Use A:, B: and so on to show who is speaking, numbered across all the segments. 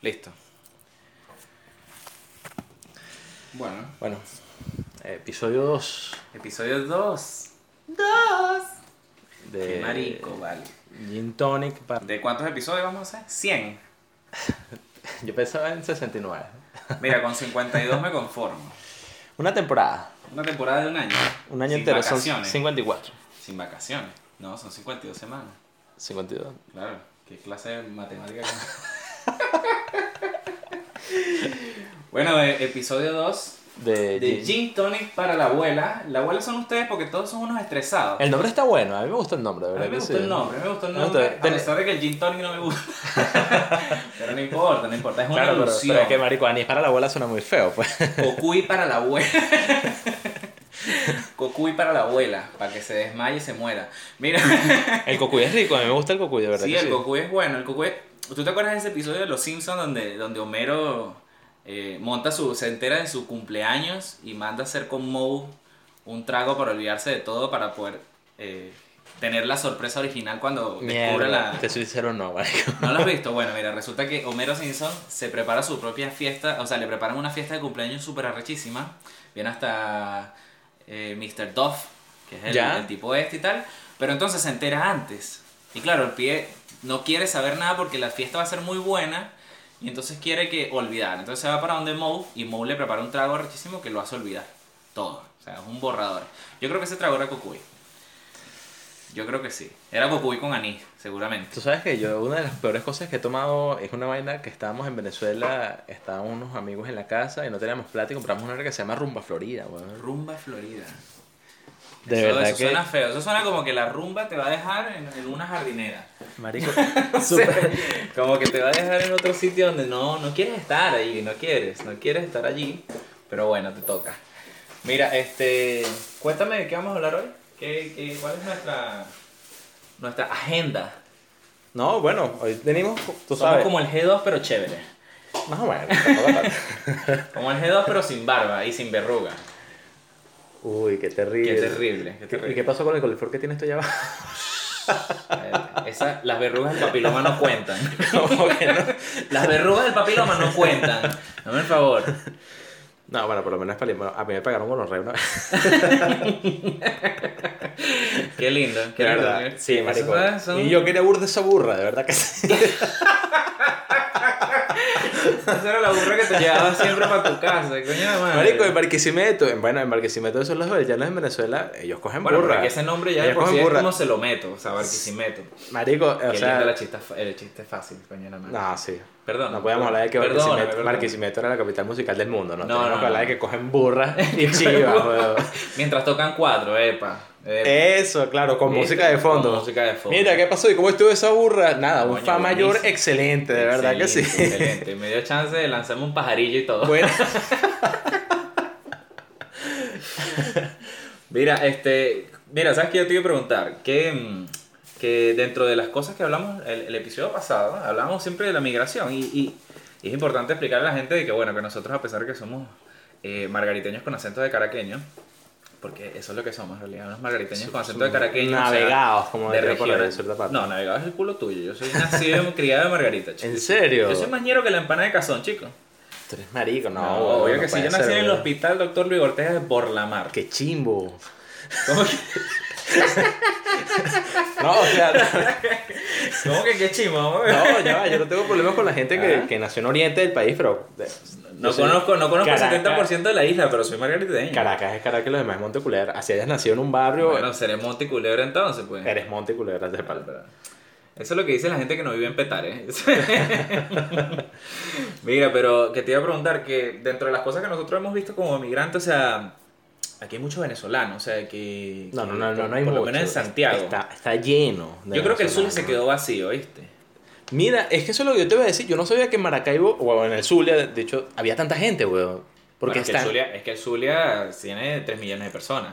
A: Listo.
B: Bueno.
A: Bueno, episodio 2
B: Episodio 2.
A: de
B: Qué marico, vale.
A: Gin Tonic. pa-
B: ¿De cuántos episodios vamos a hacer? 100.
A: Yo pensaba en 69.
B: Mira, con 52 me conformo.
A: Una temporada,
B: Una temporada de un año.
A: un año
B: Sin
A: entero,
B: vacaciones.
A: son 54.
B: Sin vacaciones. No, son 52 semanas.
A: 52.
B: Claro. ¿Qué clase de matemática? bueno, eh, episodio 2.
A: De,
B: De
A: gin.
B: Gin Tonic para la abuela. La abuela son ustedes porque todos son unos estresados.
A: El nombre está bueno, a mí me gusta el Ah, nombre, de
B: A
A: ¿verdad?
B: mí me
A: que
B: gustó
A: sí?
B: el nombre, me gustó el
A: Me gustó.
B: nombre.
A: Ten-
B: A pesar de que el gin tonic no me gusta. pero no importa, no importa. Es una
A: Claro, pero,
B: ilusión.
A: pero es que marico, anís para la abuela suena muy feo, pues.
B: Cocuy para la abuela. Cocuy para la abuela, para que se desmaye y se muera. Mira,
A: El cocuy es rico, a mí me gusta el cocuy, de verdad.
B: sí,
A: que
B: el cocuy es bueno. El cocuy... ¿Tú te acuerdas de ese episodio de Los Simpsons donde, donde Homero eh, monta su, se entera de su cumpleaños y manda a hacer con Moe un trago para olvidarse de todo para poder eh, tener la sorpresa original cuando descubra
A: Mierda,
B: la,
A: te soy sincero, no, marico.
B: ¿No lo has visto? Bueno, mira, resulta que Homero Simpson se prepara su propia fiesta, o sea, le preparan una fiesta de cumpleaños súper arrechísima. Viene hasta eh, Mr. Duff, que es el,
A: Ya.
B: el tipo este y tal. Pero entonces se entera antes. Y claro, el pie no quiere saber nada porque la fiesta va a ser muy buena. Y entonces quiere que olvidar. Entonces se va para donde Moe y Moe le prepara un trago arrechísimo que lo hace olvidar. Todo. O sea, es un borrador. Yo creo que ese trago era Cocuy. Yo creo que sí. Era Cocuy con anís, seguramente.
A: Tú sabes que yo, una de las peores cosas que he tomado es una vaina que estábamos en Venezuela, estábamos unos amigos en la casa y no teníamos plata y compramos una vaina que se llama Rumba Florida, weón.
B: Rumba Florida.
A: De
B: eso,
A: verdad
B: eso
A: que.
B: suena feo. Eso suena como que la rumba te va a dejar en, en una jardinera.
A: Marico,
B: como que te va a dejar en otro sitio donde no, no quieres estar ahí, no quieres, no quieres estar allí. Pero bueno, te toca. Mira, este, cuéntame de qué vamos a hablar hoy. ¿Qué, qué, cuál es nuestra, nuestra agenda?
A: No, bueno, hoy venimos, tú
B: Somos
A: sabes.
B: como el G2 pero chévere.
A: Más o menos. tampoco tanto.
B: Como el G2 pero sin barba y sin verruga.
A: Uy, qué terrible.
B: Qué terrible, qué terrible.
A: ¿Y qué pasó con el coliflor que tienes tú allá abajo?
B: Eh, esa- las verrugas del papiloma no cuentan.
A: Como que no.
B: Las verrugas del papiloma no cuentan. Dame el favor.
A: No, bueno, por lo menos es pali- bueno, A mí me pagaron con los reyes una vez.
B: Qué lindo. Qué
A: De
B: lindo.
A: verdad. Sí,
B: Eso
A: marico.
B: fue- son-
A: Y yo quería burda esa burra, de verdad que sí.
B: Esa era la burra que te llevaba siempre para tu casa. Coño de madre.
A: Ah, Marico, en Barquisimeto. en- Bueno, en Barquisimeto eso los haitianos en Venezuela, ellos cogen
B: Bueno,
A: burra.
B: porque ese nombre ya de
A: ellos
B: por
A: cogen
B: sí es
A: burra.
B: como se lo meto. O sea, Barquisimeto.
A: Marico, o
B: Qué
A: sea.
B: lindo la chista, el chiste fácil, coño de la madre.
A: No, sí.
B: Perdón.
A: No podíamos hablar de que
B: Perdóname,
A: Barquisimeto,
B: perdón.
A: Barquisimeto era la capital musical del mundo, ¿no?
B: No,
A: Tenemos
B: no,
A: que hablar
B: no.
A: de que cogen burras y chivas, weón.
B: Mientras tocan cuatro, epa. epa.
A: Eso, claro, con
B: ¿Viste?
A: música de fondo.
B: Con música de fondo.
A: Mira, ¿qué pasó? ¿Y cómo estuvo esa burra? Nada, un
B: Coño,
A: fa mayor
B: buenísimo.
A: excelente, Este, de verdad que sí.
B: Excelente, Excelente. Me dio chance de lanzarme un pajarillo y todo.
A: Bueno,
B: Mira, este, mira, sabes que yo te iba a preguntar que, mm, que dentro de las cosas que hablamos el, el episodio pasado, hablamos siempre de la migración y, y- y es importante explicarle a la gente de que bueno que nosotros a pesar de que somos eh, margariteños con acento de caraqueño, porque eso es lo que somos en realidad, unos margariteños con acento de caraqueño, o sea,
A: navegados, como
B: de
A: diría por ahí,
B: regiones.
A: de cierta parte.
B: No, navegados es el culo tuyo. Yo soy nacido y criado de Margarita. chico.
A: ¿En serio?
B: Yo soy más ñero que la empana de cazón, chico.
A: Tú eres marico, no.
B: No,
A: weón,
B: obvio
A: no
B: que sí.
A: puede
B: Yo nací
A: ser,
B: en el
A: weón.
B: hospital Doctor Luis Ortega de Borlamar.
A: Qué chimbo.
B: ¿Cómo que?
A: No, o sea,
B: ¿Cómo que qué chimo?
A: no, ya va, yo no tengo problemas con la gente
B: Ah.
A: que, que nació en Oriente del país, pero. de-
B: No
A: yo soy-
B: conozco, no conozco el
A: Caracas.
B: 70% de la isla, pero soy margariteño.
A: Caracas es Caracas y los demás es Monte Culebra. Así hayas nacido en un barrio,
B: Bueno, seré monte y culebra entonces, pues.
A: eres Monte Culebra de
B: Pero,
A: palabra.
B: pero, Eso es lo que dice la gente que no vive en Petar, ¿eh? Mira, pero que te iba a preguntar que dentro de las cosas que nosotros hemos visto como migrantes, o sea, aquí hay muchos venezolanos, o sea, que...
A: No,
B: que
A: no, no, no,
B: por-
A: no hay
B: Por lo
A: mucho.
B: menos en Santiago.
A: Está, está lleno. de
B: Yo creo que el sur
A: venezolanos.
B: se quedó vacío, ¿viste?
A: Mira, es que eso es lo que yo te voy a decir. Yo no sabía que en Maracaibo, o en el Zulia, de hecho, había tanta gente, weón. Porque
B: Bueno, es, que el
A: están.
B: Zulia, es que el Zulia tiene 3 millones de personas.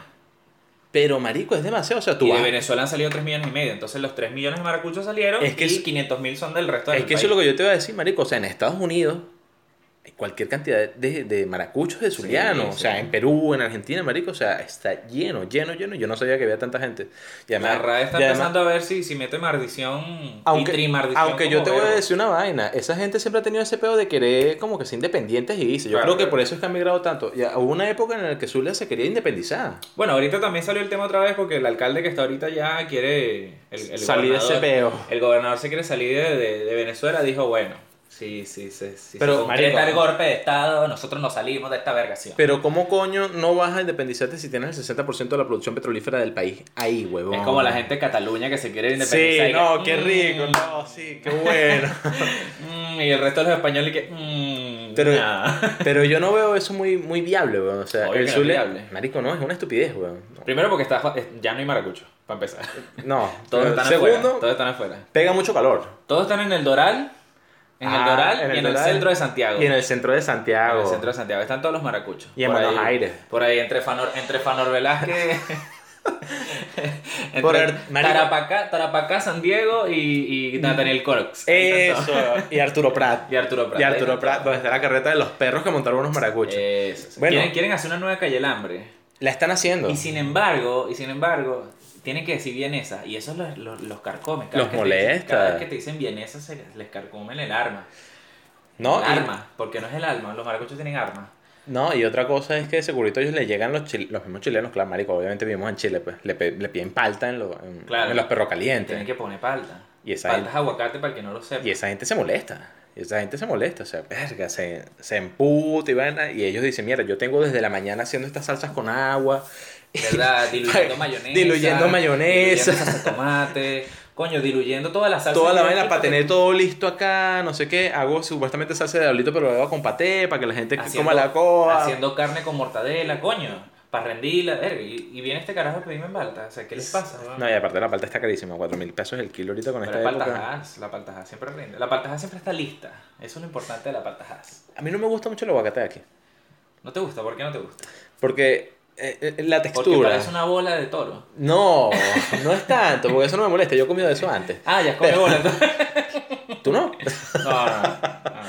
A: Pero, marico, es demasiado. O sea, tú
B: Y de
A: vas-
B: Venezuela han salido 3 millones y medio. Entonces los 3 millones de maracuchos salieron
A: Es que
B: y
A: es-
B: 500 mil son del resto del
A: Es que
B: país.
A: eso es lo que yo te iba a decir, marico. O sea, en Estados Unidos, cualquier cantidad de, de maracuchos de Zuliano. o
B: sí.
A: sea, en Perú, en Argentina, marico, o sea, está lleno, lleno, lleno. Yo no sabía que había tanta gente. Y
B: La
A: además-
B: RAE está
A: y además-
B: empezando a ver si, si mete maldición y
A: aunque,
B: trimaldición.
A: aunque yo
B: como
A: te voy a
B: verbo.
A: decir una vaina, esa gente siempre ha tenido ese pedo de querer como que ser independientes y dice, yo
B: Claro,
A: creo que
B: claro.
A: por eso es que han migrado tanto. Y hubo una época en la que Zulia se quería independizar.
B: Bueno, ahorita también salió el tema otra vez porque el alcalde que está ahorita ya quiere el- el
A: Salir de ese
B: gobernador-
A: peo.
B: El gobernador se quiere salir de, de- de Venezuela, dijo, bueno, sí, sí, sí, sí.
A: Pero,
B: se concreta
A: marico,
B: el golpe de Estado, nosotros nos salimos de esta vergación.
A: Pero ¿cómo coño no vas a independizarte si tienes el 60% de la producción petrolífera del país ahí, huevón?
B: Es como la gente de Cataluña que se quiere
A: Sí,
B: independizar. y que,
A: no, qué
B: mm,
A: rico, no, sí, qué bueno.
B: mm, y el resto de los españoles que... mm,
A: Pero,
B: nah.
A: pero yo no veo eso muy, muy viable, weón. O sea,
B: Obvio
A: el
B: que no es
A: Zulia-
B: viable.
A: Marico, no, es una estupidez, weón.
B: Primero porque está, ya no hay maracucho, para empezar.
A: No.
B: Todos
A: pero
B: están
A: segundo,
B: afuera. Todos están afuera.
A: pega mucho calor.
B: Todos están en el Doral, en el
A: Ah,
B: Doral
A: en
B: y
A: el
B: en
A: Doral.
B: el centro de Santiago.
A: Y en el centro de
B: En
A: Santiago.
B: el centro de Santiago. Están todos los maracuchos.
A: Y en
B: Por
A: Buenos
B: ahí-
A: Aires.
B: Por ahí, entre Fanor, entre Fanor Velázquez. entre
A: Por el- marico.
B: Tarapacá, Tarapacá, San Diego y, y Nathaniel Corks. Ahí están todos.
A: Eso. Y Arturo Prat.
B: Y Arturo Prat.
A: Eh, Y
B: Ahí
A: Arturo
B: están
A: Prat,
B: todos. Eh,
A: donde está la carreta de los perros que montaron unos maracuchos.
B: Eso, sí.
A: Bueno.
B: ¿Quieren, quieren hacer una nueva calle El Hambre.
A: la están haciendo.
B: Y sin embargo, y sin embargo, tienen que decir vienesa. Y eso los, los, los carcomen. vez que te
A: Los
B: dicen-
A: molesta.
B: cada vez que te dicen vienesa, se les- les carcomen el arma.
A: ¿No?
B: el
A: y,
B: arma. Porque no es el alma. Los maracuchos tienen arma.
A: no, y otra cosa es que segurito ellos le llegan los, chil- los mismos chilenos, claro, marico, obviamente vivimos en Chile, pues le, pe- le piden palta en, lo- en-
B: Claro.
A: en los perros
B: Tienen
A: calientes.
B: que poner palta.
A: Y esa
B: palta es aguacate para el que no lo sepa.
A: Y esa gente se molesta. Y esa gente se molesta, o sea, verga, se, se emputa y vaina. Y ellos dicen, mira, yo tengo desde la mañana haciendo estas salsas con agua.
B: ¿Verdad? Diluyendo mayonesa.
A: Diluyendo mayonesa.
B: diluyendo salsa de tomate. Coño, diluyendo toda la salsa.
A: toda la
B: que-
A: vaina para tener todo listo acá, no sé qué. Hago supuestamente salsa de diablito, pero lo hago con paté para que la gente
B: haciendo-
A: coma la coa.
B: Haciendo carne con mortadela, coño. Para rendirla. Verga. Y, y viene este carajo a pedirme en palta. O sea, ¿qué les pasa? weón?
A: No, y aparte la palta está carísima, 4 mil pesos el kilo ahorita con
B: Pero
A: esta
B: es
A: época.
B: paltajas, la paltajas siempre rinde. La paltajas siempre está lista. Eso es lo importante de la paltajas.
A: A mí no me gusta mucho el aguacate de aquí.
B: ¿No te gusta? ¿Por qué no te gusta?
A: Porque eh, eh, la
B: Porque
A: textura.
B: parece una bola de toro.
A: No, no es tanto, porque eso no me molesta. Yo he comido de eso antes.
B: Ah, ya come bola. entonces.
A: ¿Tú no?
B: No, no, no, no. Ah,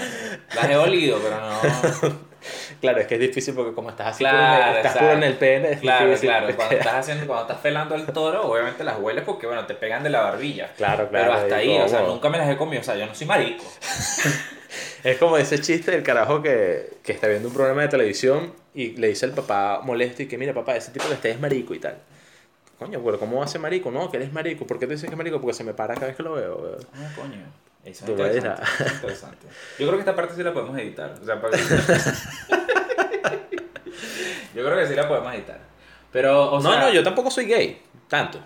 B: Las he olido, pero no.
A: Claro, es que es difícil porque como estás así,
B: Claro,
A: puro en el- estás puro en
B: exacto.
A: el pene. es
B: Claro,
A: difícil
B: claro.
A: porque-
B: Cuando estás haciendo, cuando estás pelando el toro, obviamente las hueles porque bueno, te pegan de la barbilla.
A: Claro, claro,
B: Pero hasta ahí,
A: digo,
B: o sea,
A: wow.
B: nunca me las he comido. O sea, yo no soy marico.
A: Es como ese chiste del carajo que, que está viendo un programa de televisión y le dice al papá molesto y que mira papá, ese tipo que está es marico y tal. Coño, pero ¿cómo hace marico? No, que eres marico. ¿Por qué te dices que es marico? Porque se me para cada vez que lo veo. weón.
B: Ah, coño. Eso es
A: Tu
B: interesante,
A: madera.
B: eso es interesante. Yo creo que esta parte sí la podemos editar. O sea, para- yo creo que sí la podemos editar. Pero, o
A: no,
B: sea,
A: no, yo tampoco soy gay. Tanto.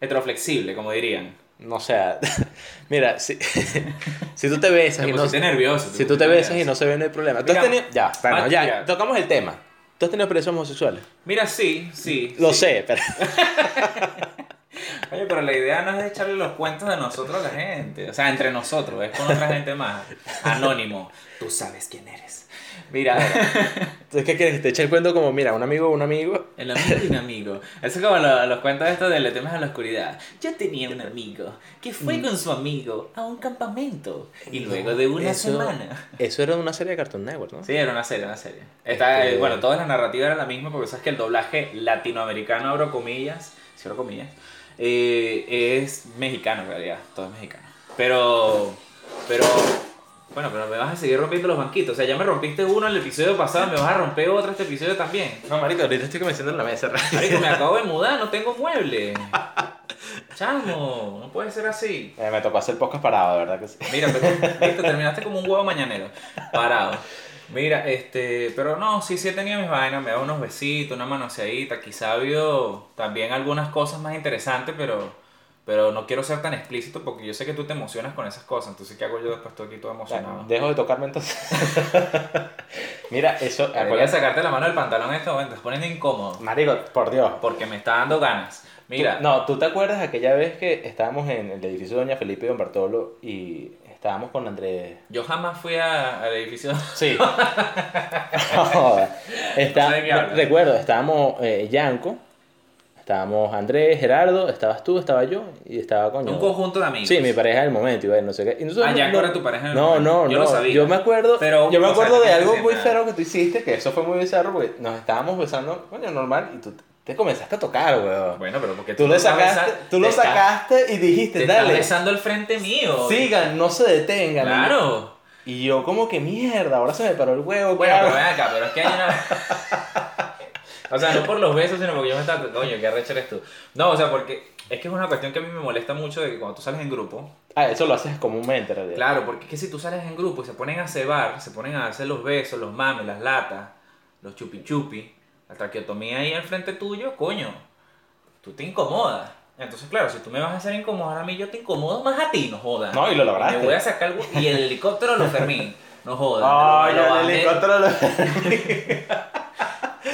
B: heteroflexible, como dirían.
A: No, o sea, mira, si, si tú te besas
B: Te
A: y no,
B: pusiste nervioso.
A: si tú
B: pusiste
A: te besas y no
B: nervioso.
A: se ve, no hay problema. ¿Tú has
B: Mira,
A: tenido, ya, bueno, ya,
B: mira.
A: tocamos el tema. ¿Tú has tenido experiencias homosexuales?
B: Mira, sí, sí.
A: Lo
B: sí.
A: sé, pero...
B: Oye, pero la idea no es echarle los cuentos de nosotros a la gente. O sea, entre nosotros, es con otra gente más. Anónimo. Tú sabes quién eres. Mira,
A: ¿Tú qué quieres? Te eché el cuento como, mira, un amigo, un amigo.
B: el amigo de un amigo. Eso es como lo- los cuentos estos de Le temas a la oscuridad. Yo tenía un amigo que fue con su amigo a un campamento. Y luego de una
A: Eso-
B: semana.
A: Eso era de una serie de Cartoon Network, ¿no?
B: Sí, era una serie, una serie. Está,
A: Este-
B: eh, Bueno, toda la narrativa era la misma porque sabes que el doblaje latinoamericano, abro comillas, cierro comillas, eh, es mexicano en realidad, todo es mexicano. Pero, pero, bueno, pero me vas a seguir rompiendo los banquitos. O sea, ya me rompiste uno en el episodio pasado, me vas a romper otro este episodio también.
A: No, marico, ahorita estoy comenzando en la mesa.
B: Marico, me acabo de mudar, no tengo mueble. Chamo, no puede ser así.
A: eh, me tocó hacer pocas paradas, ¿verdad que sí?
B: Mira, pero, listo, terminaste como un huevo mañanero. Parado. Mira, este, pero no, sí, sí he tenido mis vainas, me da unos besitos, una manoseadita, quizá ha habido también algunas cosas más interesantes, pero, pero no quiero ser tan explícito porque yo sé que tú te emocionas con esas cosas, entonces ¿qué hago yo después todo aquí todo emocionado?
A: Dejo de tocarme entonces. mira, eso.
B: Voy a sacarte la mano del pantalón en este momento, estás poniendo incómodo,
A: Marico, por Dios.
B: porque me está dando ganas. Mira,
A: Tú- no, ¿tú te acuerdas aquella vez que estábamos en el edificio de Doña Felipe y Don Bartolo y estábamos con Andrés?
B: yo jamás fui a- al edificio...
A: Sí. No joda. Está-
B: No sé de qué hablas.
A: recuerdo, estábamos eh, Yanko, Estábamos Andrés, Gerardo, estabas tú, estaba yo y estaba coño.
B: Un conjunto de amigos.
A: Sí, mi pareja del momento, y bueno, no sé qué. Y nosotros
B: Ah, ya,
A: no-
B: ¿cuál era tu pareja del
A: No,
B: momento?
A: no,
B: Yo
A: no.
B: lo sabía.
A: Yo me acuerdo,
B: Pero,
A: yo me
B: o sea,
A: acuerdo
B: no
A: de
B: quiero
A: algo
B: decir
A: muy
B: nada.
A: feo que tú hiciste, que eso fue muy bizarro porque nos estábamos besando, coño, normal, y tú te comenzaste a tocar, weón.
B: Bueno, pero porque
A: Tú
B: me
A: lo
B: estás
A: sacaste,
B: besa-
A: tú lo
B: te estás-
A: sacaste y
B: Te
A: dijiste,
B: estás
A: dale,
B: besando el frente mío.
A: sigan, no se detengan.
B: Claro.
A: Y yo como que mierda, ahora se me paró el huevo. ¿qué
B: Bueno,
A: hago?".
B: pero ven acá, pero es que hay una. O sea, no por los besos, sino porque yo me estaba. Coño, qué arrecho eres tú. No, o sea, porque es que es una cuestión que a mí me molesta mucho de que cuando tú sales en grupo.
A: Ah, eso lo haces comúnmente en realidad.
B: Claro, porque es que si tú sales en grupo y se ponen a cebar, se ponen a hacer los besos, los mames, las latas, los chupi chupi, la traqueotomía ahí al frente tuyo, coño, tú te incomodas. Entonces, claro, si tú me vas a hacer incomodar a mí, yo te incomodo más a ti, no jodas.
A: No, y lo
B: Me voy
A: lograste.
B: a sacar el gu- y el helicóptero lo Fermín. No jodas.
A: Ay,
B: me lo- me lo
A: el
B: bajé.
A: helicóptero lo...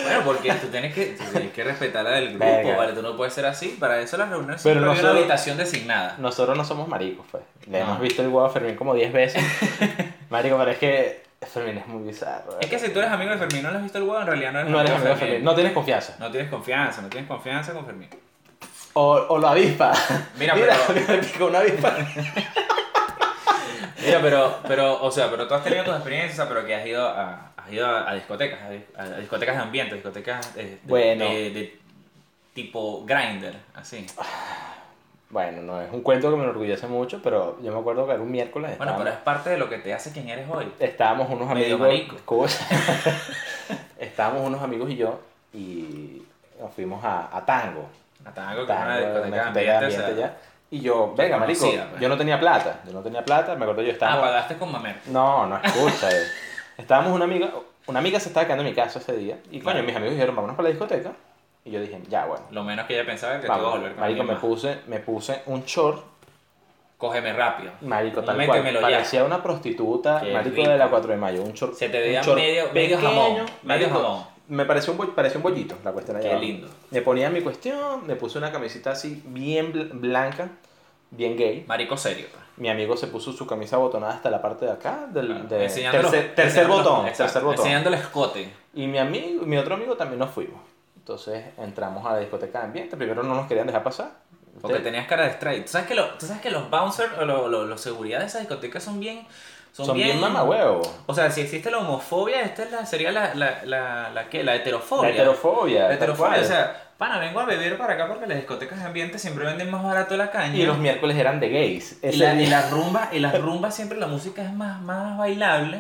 B: Bueno, porque tú tienes que, tú tienes que respetar la del grupo,
A: Verga.
B: ¿vale? Tú no puedes ser así. Para eso las reuniones
A: Pero
B: siempre hay una
A: nosotros-
B: habitación designada.
A: Nosotros no somos maricos, pues. Le
B: No.
A: hemos visto el huevo a Fermín como 10 veces. Marico, pero es que Fermín es muy bizarro.
B: Es que si tú eres amigo de Fermín, no le has visto el huevo, en realidad no eres
A: No eres amigo de Fermín, no tienes confianza.
B: No tienes confianza, no tienes confianza con Fermín.
A: O, o lo avispa.
B: Mira, pero-
A: me picó una avispa.
B: Mira, pero, pero, o sea, pero tú has tenido tus experiencias, o sea, pero que has ido a, has ido a, a discotecas, a, dis- a- a discotecas de ambiente, discotecas eh, de,
A: Bueno.
B: de- de tipo grinder, así.
A: Bueno, no es un cuento que me enorgullece mucho, pero yo me acuerdo que era un miércoles.
B: Bueno, pero
A: estábamos-
B: es parte de lo que te hace quien eres hoy.
A: estábamos unos
B: Medio
A: amigos
B: marico.
A: cosa. estábamos unos amigos y yo y nos fuimos a, a tango
B: Hasta algo que es una
A: Tango, una
B: discoteca de
A: discoteca de
B: ambiente, o sea,
A: ambiente ya. y yo venga marico
B: conocida, pues.
A: yo no tenía plata yo no tenía plata me acuerdo yo
B: Ah,
A: estaba
B: pagaste con mamer.
A: no no escucha eh. estábamos una amiga una amiga se estaba quedando en mi casa ese día y coño
B: Claro.
A: mis amigos dijeron vámonos para la discoteca y yo dije ya bueno
B: Lo menos que ella pensaba que te iba a
A: vamos
B: volver con
A: marico
B: alguien
A: me
B: más.
A: puse me puse un short
B: Cógeme rápido.
A: Marico, tal
B: Métemelo
A: cual.
B: ya.
A: Parecía una prostituta,
B: Qué
A: marico
B: rico.
A: de la 4 de mayo. Un short,
B: Se te
A: un
B: veía
A: short
B: medio- medio
A: pequeño,
B: jamón, medio jamón.
A: Me pareció un, bo- parecía un bollito la cuestión allá
B: Qué
A: abajo.
B: lindo.
A: Me ponía mi cuestión, me puse una camiseta así bien bl- blanca, bien gay.
B: Marico serio. pues. pa.
A: Mi amigo se puso su camisa botonada hasta la parte de acá, del
B: Claro.
A: de-
B: Enseñando los-
A: tercer, tercer
B: enseñando los-
A: botón,
B: exacto,
A: tercer botón.
B: Enseñando el escote.
A: Y mi amigo, mi otro amigo también nos fuimos. Entonces entramos a la discoteca de ambiente. Primero no nos querían dejar pasar.
B: Porque
A: Ustedes-
B: tenías cara de straight. ¿Tú sabes que, lo- tú sabes que los bouncers o lo- lo- los seguridad de esas discotecas son bien. Son,
A: Son bien, mamahuevos.
B: O sea, si existe la homofobia, esta es la, sería la, la, la, la, ¿qué? la heterofobia.
A: La heterofobia.
B: La
A: tal
B: heterofobia.
A: cual.
B: O sea, pana, vengo a beber para acá porque las discotecas de ambiente siempre venden más barato la caña.
A: Y los miércoles eran de gays.
B: Y
A: Ese
B: la, y
A: día-
B: las rumbas, y las rumbas siempre la música es más, más bailable.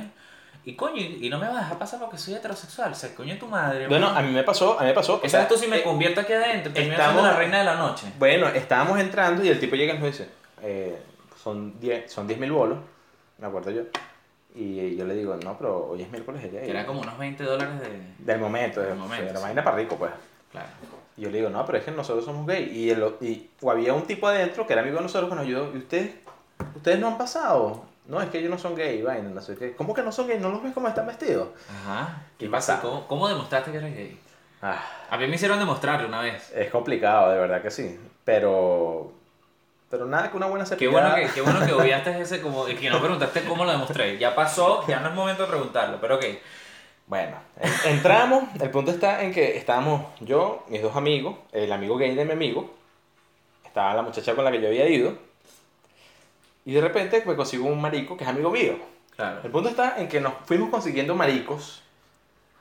B: Y coño, y y no me vas a dejar pasar porque soy heterosexual. O sea, coño tu madre.
A: Bueno,
B: man.
A: a mí me pasó, a mí me pasó. o
B: ¿Qué
A: sea,
B: sabes tú si me
A: eh,
B: convierto aquí adentro? Termino
A: estamos- eh,
B: siendo la reina de la noche.
A: Bueno, estábamos entrando y el tipo llega y nos dice, eh, son 10 son mil bolos, me acuerdo yo. Y yo le digo, no, pero hoy es miércoles de gay.
B: Que era como unos 20 dólares de.
A: Del momento, del
B: Del
A: momento.
B: momento,
A: Era
B: sí.
A: vaina para rico, pues.
B: Claro.
A: Y yo le digo, no, pero es que nosotros somos gay. Y, el, y o había un tipo adentro que era amigo de nosotros que nos ayudó. ¿Y ustedes? ¿Ustedes no han pasado? No, es que ellos no son gay, vaina, no sé qué. ¿Cómo que no son gay? ¿No los ves cómo están vestidos?
B: Ajá.
A: ¿Qué pasa?
B: ¿Cómo, cómo demostraste que eres gay?
A: Ah.
B: A mí me hicieron demostrarlo una vez.
A: Es complicado, de verdad que sí. Pero. Pero nada que una buena
B: Qué
A: cepillada.
B: bueno que, qué bueno que obviaste ese como. Y que no preguntaste cómo lo demostré. Ya pasó, ya no es momento de preguntarlo, pero ok.
A: Bueno, en- entramos. El punto está en que estábamos yo, mis dos amigos, el amigo gay de mi amigo, estaba la muchacha con la que yo había ido. Y de repente me consigo un marico que es amigo mío. El
B: Claro.
A: punto está en que nos fuimos consiguiendo maricos.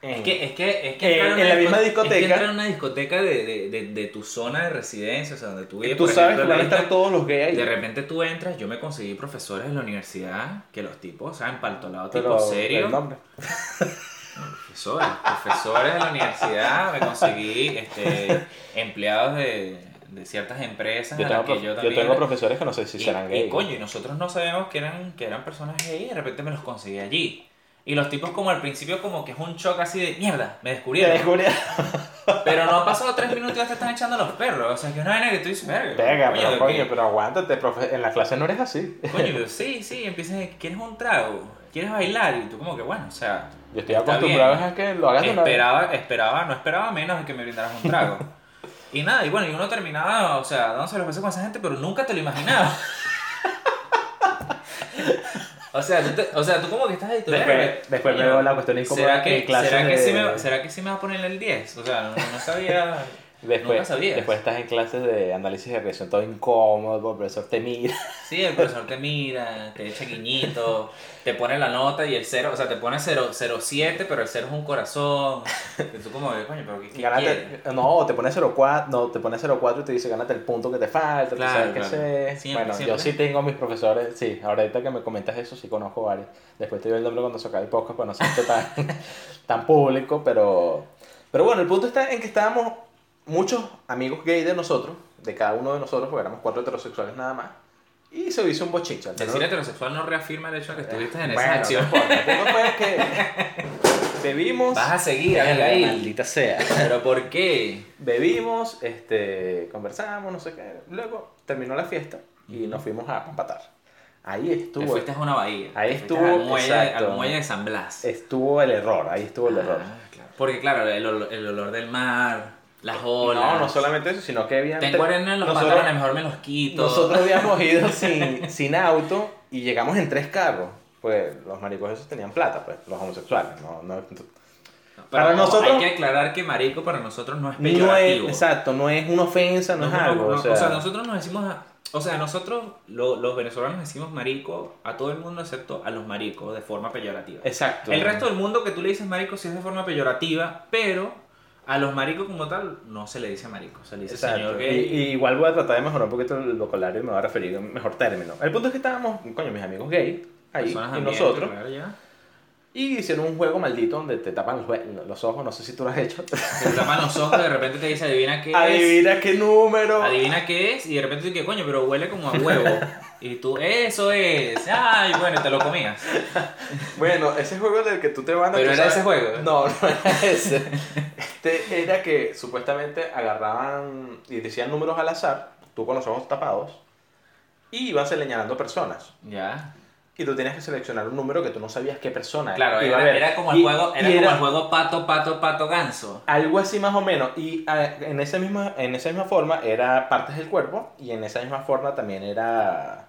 A: en-
B: Es que, es que, es que
A: Eh,
B: entrar
A: en
B: una
A: la misma
B: disco-
A: discoteca-
B: Es que entrar a una discoteca de, de, de, de tu zona de residencia, o sea, donde tú vives.
A: tú
B: por
A: sabes
B: ejemplo,
A: que van a
B: ahorita,
A: estar todos los gays ahí.
B: De repente tú entras, yo me conseguí profesores de la universidad, que los tipos, ¿saben? Paltolado,
A: Pero,
B: tipo serio.
A: el nombre.
B: Profesores, profesores de la universidad, me conseguí este, empleados de, de ciertas empresas
A: Yo
B: a
A: tengo,
B: las Ah, que
A: prof-
B: yo
A: yo
B: también
A: tengo
B: era-
A: profesores que no sé si
B: y,
A: serán
B: y
A: gays.
B: coño, y nosotros no sabemos que eran, que eran personas gay y de repente me los conseguí allí. Y los tipos como al principio como que es un shock así de mierda, me descubrieron. Pero no han pasado tres minutos y ya te están echando los perros. O sea, que es una vaina que tú dices, verga.
A: Venga, pero
B: ¿de
A: coño,
B: qué?
A: pero aguántate, profe. En la clase no eres así.
B: Coño, pero sí, sí, empiezas, ¿quieres un trago? ¿Quieres bailar? Y tú como que, bueno, o sea...
A: Yo estoy
B: está
A: acostumbrado
B: bien.
A: a que lo hagas de una vez.
B: Esperaba, esperaba, no esperaba menos de que me brindaras un trago. y nada, y bueno, y uno terminaba, o sea, dándose los besos con esa gente, pero nunca te lo imaginaba. o, sea, tú te- o sea, tú como que estás ahí, tú, "Verga,
A: Después, después me
B: coño,
A: veo la cuestión incómoda
B: ¿Será que,
A: en clase
B: será, que
A: de-
B: sí me, ¿Será que sí me va a poner el 10? O sea, no, no sabía.
A: Después,
B: Nunca sabías.
A: después estás en clases de análisis de regresión, todo incómodo, el profesor te mira.
B: Sí, el profesor te mira, te echa guiñito, te pone la nota y el cero, o sea, te pone 0.07, pero el cero es un corazón. Y tú como, coño, pero ¿qué, qué quieres?
A: Gánate, no, te pone 04, no, te pone 04 y te dice gánate el punto que te falta,
B: Claro, claro.
A: tú sabes qué sé.
B: Siempre,
A: bueno, yo
B: siempre.
A: sí tengo mis profesores, sí, ahorita que me comentas eso sí conozco varios. Después te digo el nombre cuando se acabe el podcast para no ser esto tan, tan público, pero pero bueno, el punto está en que estábamos muchos amigos gay de nosotros, de cada uno de nosotros, porque éramos cuatro heterosexuales nada más. Y se hizo un bochincha. Entonces,
B: Decir heterosexual no reafirma el hecho de que estuviste en
A: bueno,
B: esa acción.
A: No importa. El punto fue que bebimos.
B: Vas a seguir,
A: Verga,
B: ahí.
A: Maldita sea.
B: ¿Pero por qué?
A: Bebimos, este, conversamos, no sé qué. Luego terminó la fiesta y nos fuimos a Pampatar. Ahí
B: Te
A: estuvo,
B: fuiste a una bahía.
A: Ahí
B: Te fuiste
A: estuvo,
B: Al muelle, al
A: exacto.
B: muelle de San Blas.
A: estuvo el error, ahí estuvo el error.
B: Ah, claro. Porque claro, el olor, el olor del mar, las olas.
A: No, no solamente eso, sino que habían...
B: Tengo arena en los
A: nosotros,
B: pantalones, mejor me los quito.
A: Nosotros habíamos ido sin, sin auto y llegamos en tres carros. Pues los maricos esos tenían plata, pues, los homosexuales. No, no,
B: Pero
A: para
B: ojo,
A: nosotros-
B: Hay que aclarar que marico para nosotros no es
A: no es,
B: peyorativo.
A: exacto, no es una ofensa, no,
B: No,
A: es
B: no,
A: algo.
B: no,
A: o sea,
B: nosotros nos decimos. a- o sea, nosotros, lo- los venezolanos decimos marico a todo el mundo excepto a los maricos de forma peyorativa.
A: Exacto.
B: El resto del mundo que tú le dices marico sí es de forma peyorativa, pero a los maricos como tal no se le dice marico, se le dice
A: Exacto.
B: señor
A: Y,
B: gay.
A: y igual voy a tratar de mejorar un poquito el vocabulario y me voy a referir a un mejor término. El punto es que estábamos, coño, mis amigos gay, ahí,
B: personas
A: y
B: ambientes,
A: nosotros,
B: claro, ya.
A: y hicieron un juego maldito donde te tapan los, jue- los ojos, no sé si tú lo has hecho.
B: Se te tapan los ojos, de repente te dice adivina qué es.
A: Adivina qué número.
B: Adivina qué es, y de repente tú dices, coño, pero huele como a huevo. Y tú, eso es. Ay, bueno, te lo comías.
A: Bueno, ese juego del que tú te van a...
B: Pero
A: tú
B: era ese juego, ¿eh?
A: No, no era ese. Este era que supuestamente agarraban y decían números al azar, tú con los ojos tapados, y iban señalando personas.
B: Ya.
A: Y tú tenías que seleccionar un número que tú no sabías qué persona
B: Claro,
A: iba a
B: era,
A: ver.
B: era como el
A: Y-
B: juego, era
A: y
B: como el juego pato, pato, pato, ganso.
A: Algo así más o menos. Y ah, en, esa misma, en esa misma forma era partes del cuerpo y en esa misma forma también era...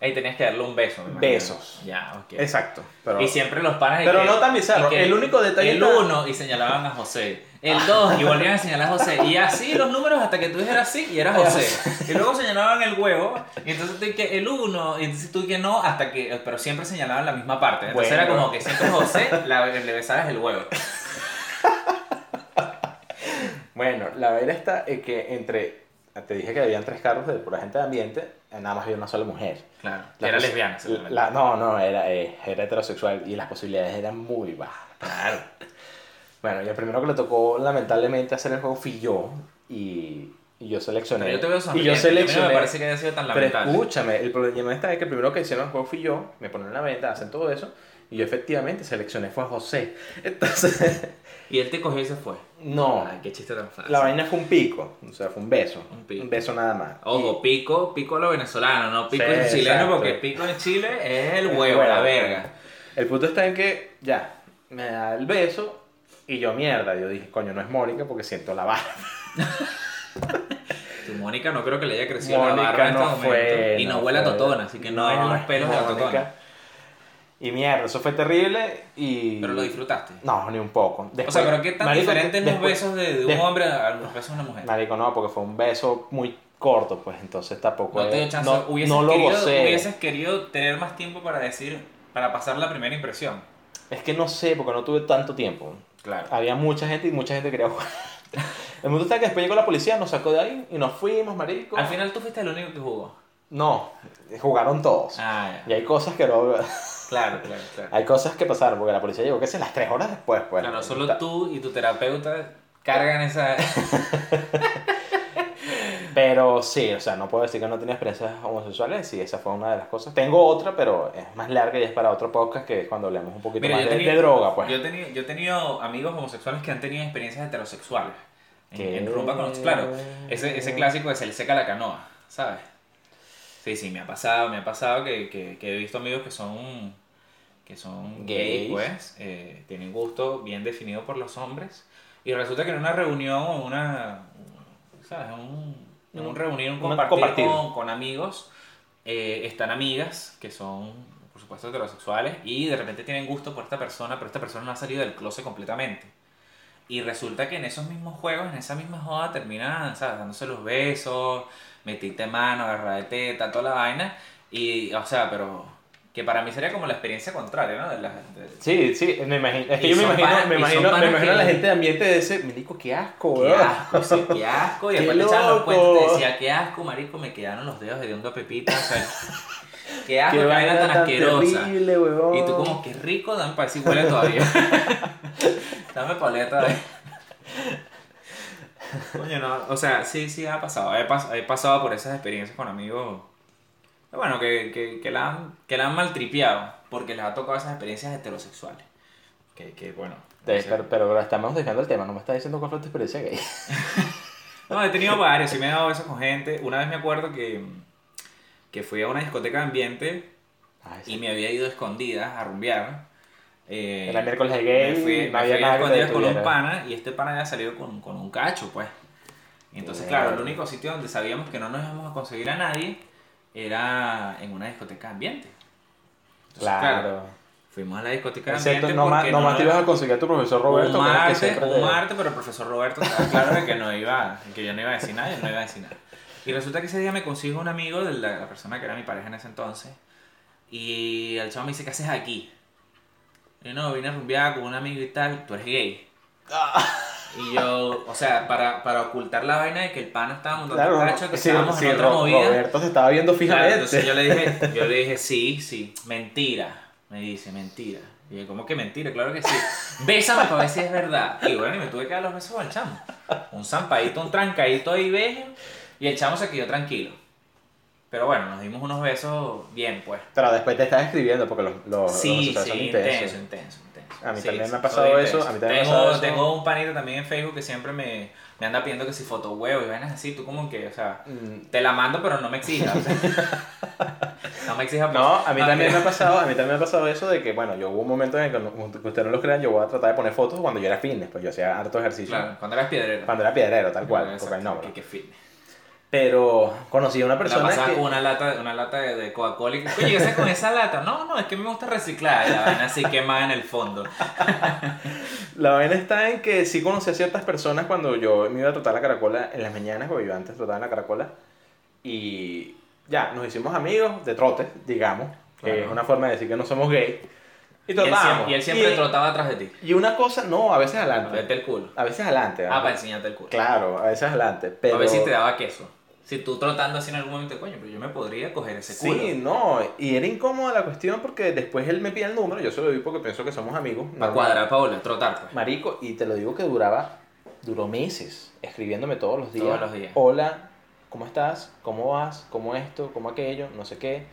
B: Ahí tenías que darle un beso, me imagino.
A: Besos.
B: Ya, ok.
A: Exacto. Pero,
B: Y siempre los panas. y
A: pero
B: que-
A: no tan bizarro.
B: y que
A: El único detalle... Ah.
B: El
A: era-
B: 1 y señalaban a José. El 2 y volvían a señalar a José. Y así los números hasta que tú dijeras sí y era José. Y luego señalaban el huevo. Y entonces tú que el 1. Y entonces tú que no hasta que. Pero siempre señalaban la misma parte. Entonces
A: Bueno.
B: era como que siempre José la- le besabas el huevo.
A: Bueno, la vaina está es que entre... Te dije que habían tres carros de pura gente de ambiente, nada más había una sola mujer.
B: Claro.
A: Las
B: era
A: posi-
B: lesbiana, seguramente.
A: la- No, no, era, eh, era heterosexual y las posibilidades eran muy bajas.
B: Claro.
A: Bueno, y el primero que le tocó lamentablemente hacer el juego fui yo y, y yo seleccioné...
B: Pero yo te veo
A: y
B: sonriente.
A: yo
B: a mí No
A: seleccioné...
B: me parece que haya sido tan
A: Pero
B: lamentable.
A: escúchame, el problema está es que el primero que hicieron el juego fui yo, me ponen la venta, hacen todo eso, y yo efectivamente seleccioné fue a José. Entonces,
B: Y él te cogió y se fue.
A: no,
B: Ay, qué chiste tan fácil.
A: la vaina fue un pico, o sea, fue un beso,
B: Un pico.
A: beso nada más.
B: Ojo, pico, pico a lo venezolano, no pico
A: Sí,
B: en chileno,
A: exacto.
B: porque pico en Chile es el
A: Y-
B: huevo,
A: bueno,
B: la verga.
A: El punto está en que, ya, me da el beso, y yo mierda, yo dije, coño, no es Mónica porque siento la barba.
B: Tu Mónica no creo que le haya crecido la
A: Mónica
B: barba en
A: no
B: este momento.
A: fue,
B: y no,
A: no
B: huele a
A: fue.
B: totona, así que no, hay unos pelos de la
A: Mónica.
B: totona.
A: Y mierda, eso fue terrible y...
B: Pero lo disfrutaste.
A: No, ni un poco.
B: o
A: Después-
B: sea, pero qué tan
A: Marico,
B: diferentes los
A: después-
B: besos de, de un
A: des-
B: hombre a los besos de una mujer.
A: Marico, no, porque fue un beso muy corto, pues entonces tampoco.
B: no te dio
A: es-
B: chance.
A: no-
B: hubieses,
A: no lo
B: querido,
A: gocé.
B: hubieses querido tener más tiempo para decir, para pasar la primera impresión.
A: Es que no sé, porque no tuve tanto tiempo.
B: Claro.
A: Había mucha gente y mucha gente quería jugar. El mundo está que después llegó la policía, nos sacó de ahí y nos fuimos, marico.
B: Al final tú fuiste el único que jugó.
A: No, jugaron todos.
B: Ah,
A: Y hay cosas que no.
B: Claro, claro, claro.
A: Hay cosas que pasaron, porque la policía llegó, que sé, las tres horas después, pues.
B: Claro, solo
A: Está-
B: tú y tu terapeuta cargan esa...
A: Pero sí, o sea, no puedo decir que no tenía experiencias homosexuales, sí, esa fue una de las cosas. Tengo otra, pero es más larga y es para otro podcast que es cuando hablemos un poquito
B: Mira,
A: más
B: yo
A: de,
B: tenía-
A: de droga, pues.
B: Yo he tenido, yo he tenido amigos homosexuales que han tenido experiencias heterosexuales. En,
A: ¿Qué?
B: en rumba con los... Claro, ese, ese clásico de se le seca la canoa, ¿sabes? Sí, sí, me ha pasado, me ha pasado que, que- que he visto amigos que son... Que son gay,
A: Gays.
B: pues. eh, tienen gusto bien definido por los hombres. Y resulta que en una reunión o una... ¿Sabes? Un, en
A: Mm.
B: un reunir, un
A: Un
B: compartir,
A: compartir.
B: Con, con amigos... eh, están amigas que son, por supuesto, heterosexuales y de repente tienen gusto por esta persona, pero esta persona no ha salido del closet completamente. Y resulta que en esos mismos juegos, en esa misma joda, terminan, ¿sabes? Dándose los besos, metiste mano, agarrar de teta, toda la vaina. Y, o sea, pero. Que para mí sería como la experiencia contraria, ¿no? De la- de-
A: Sí, sí, me imagino. Es que
B: Y
A: yo me
B: son
A: imagino,
B: panas-
A: me
B: y son
A: imagino, me
B: panas
A: imagino a la
B: que-
A: gente de ambiente de ese. Milico, qué asco,
B: Qué
A: weón.
B: asco, sí, qué asco. Y
A: Qué
B: después te echaban los
A: loco.
B: cuentos y te decía, qué asco, marico, me quedaron los dedos de hondo a Pepita. O sea, qué asco, qué vaina tan, asquerosa.
A: terrible, weón.
B: Y tú como, qué rico, dame para si huele todavía. dame pa' oler todavía. Coño, no, o sea, sí, sí, ha pasado. He, pas- he pasado por esas experiencias con amigos, eh, bueno, que, que, que la, han, que la han maltripeado, porque les ha tocado esas experiencias heterosexuales. Que, que bueno.
A: Te-
B: no sé.
A: pero, pero estamos dejando el tema, no me estás diciendo cuál fue tu experiencia gay.
B: No, he tenido varios y me he dado besos con gente. Una vez me acuerdo que, que fui a una discoteca de ambiente
A: Ay,
B: y
A: sí.
B: me había ido escondida a rumbear. Eh,
A: Era miércoles de
B: me
A: gay,
B: fui,
A: no
B: me
A: había
B: fui
A: nada que te
B: escondida con un
A: detuviera.
B: pana y este pana había salido con, con un cacho, pues. Y Entonces, claro, el único sitio donde sabíamos que no nos íbamos a conseguir a nadie era en una discoteca de ambiente. Entonces,
A: Claro.
B: fuimos a la discoteca de ambiente.
A: Excepto, nomás,
B: porque
A: nomás
B: no
A: te ibas a conseguir a tu profesor Roberto,
B: un
A: que es el que
B: martes,
A: siempre
B: un
A: te-
B: martes, pero el profesor Roberto estaba claro de que no iba, que yo no iba a decir nada, yo no iba a decir nada. Y resulta que ese día me consigo un amigo de la, la persona que era mi pareja en ese entonces, y el chavo me dice, ¿qué haces aquí? Y no, vine a rumbear con un amigo y tal, tú eres gay.
A: Ah.
B: Y yo, o sea, para, para ocultar la vaina de que el pana estaba montando
A: Claro,
B: un cacho, que
A: sí,
B: estábamos
A: sí,
B: en otra
A: Ro-
B: movida.
A: Roberto se estaba viendo
B: Claro,
A: fijamente.
B: entonces yo le dije, yo le dije, sí, sí, mentira. Me dice, mentira. Y yo, ¿cómo que mentira? Claro que sí. Bésame para ver si es verdad. Y bueno, y me tuve que dar los besos al chamo. Un zampadito, un trancadito ahí bello. Y el chamo se quedó tranquilo. Pero bueno, nos dimos unos besos bien, pues.
A: Pero después te estás escribiendo porque los, los, los
B: Sí,
A: asesores
B: sí,
A: son
B: intenso,
A: intensos.
B: intenso, intenso.
A: A mí
B: Sí,
A: también me
B: sí,
A: ha pasado
B: soy
A: eso,
B: intenso.
A: a mí también me ha
B: tengo,
A: pasado eso.
B: Tengo un panito también en Facebook que siempre me, me anda pidiendo que si foto huevo y vainas así. Tú como que, o sea,
A: Mm,
B: te la mando, pero no me exijas. o sea. no me exijas. pues.
A: No, a mí
B: Ah,
A: también
B: que-
A: me ha pasado, a mí también me ha pasado eso de que, bueno, yo hubo un momento en el que, no- que ustedes no lo crean, yo voy a tratar de poner fotos cuando yo era fitness, pues yo hacía harto ejercicio.
B: Claro, cuando eras piedrero.
A: Cuando era piedrero, tal cual,
B: Exacto,
A: porque el nombre.
B: Que, que fitness.
A: Pero conocí a una
B: La
A: persona
B: pasaba
A: que...
B: con una lata, una lata de, de Coca-Cola y que, oye, ¿qué haces con esa lata? No, no, es que me gusta reciclar. Y La vaina así quemada en el fondo.
A: La vaina está en que sí conocí a ciertas personas cuando yo me iba a tratar la caracola en las mañanas, porque yo antes trataba en la caracola. Y ya, nos hicimos amigos de trote, digamos. que
B: Claro.
A: es una forma de decir que no somos gay.
B: Y
A: Y
B: él,
A: trotábamos.
B: siem- y él siempre trotaba atrás de ti.
A: Y una cosa, no, a veces adelante.
B: Vete el culo.
A: A veces adelante.
B: Ah,
A: ¿no?
B: para enseñarte el culo.
A: Claro, a veces adelante. Pero...
B: A ver si te daba queso. Si tú trotando así en algún momento, coño, pero yo me podría coger ese culo.
A: Sí, no, y era incómoda la cuestión porque después él me pide el número, yo se lo di porque pienso que somos amigos.
B: Para
A: normal.
B: cuadrar, para volver a trotar, pues.
A: Marico, y te lo digo que duraba, duró meses escribiéndome todos los días.
B: Todos los días.
A: Hola, ¿cómo estás? ¿Cómo vas? ¿Cómo esto? ¿Cómo aquello? No sé qué.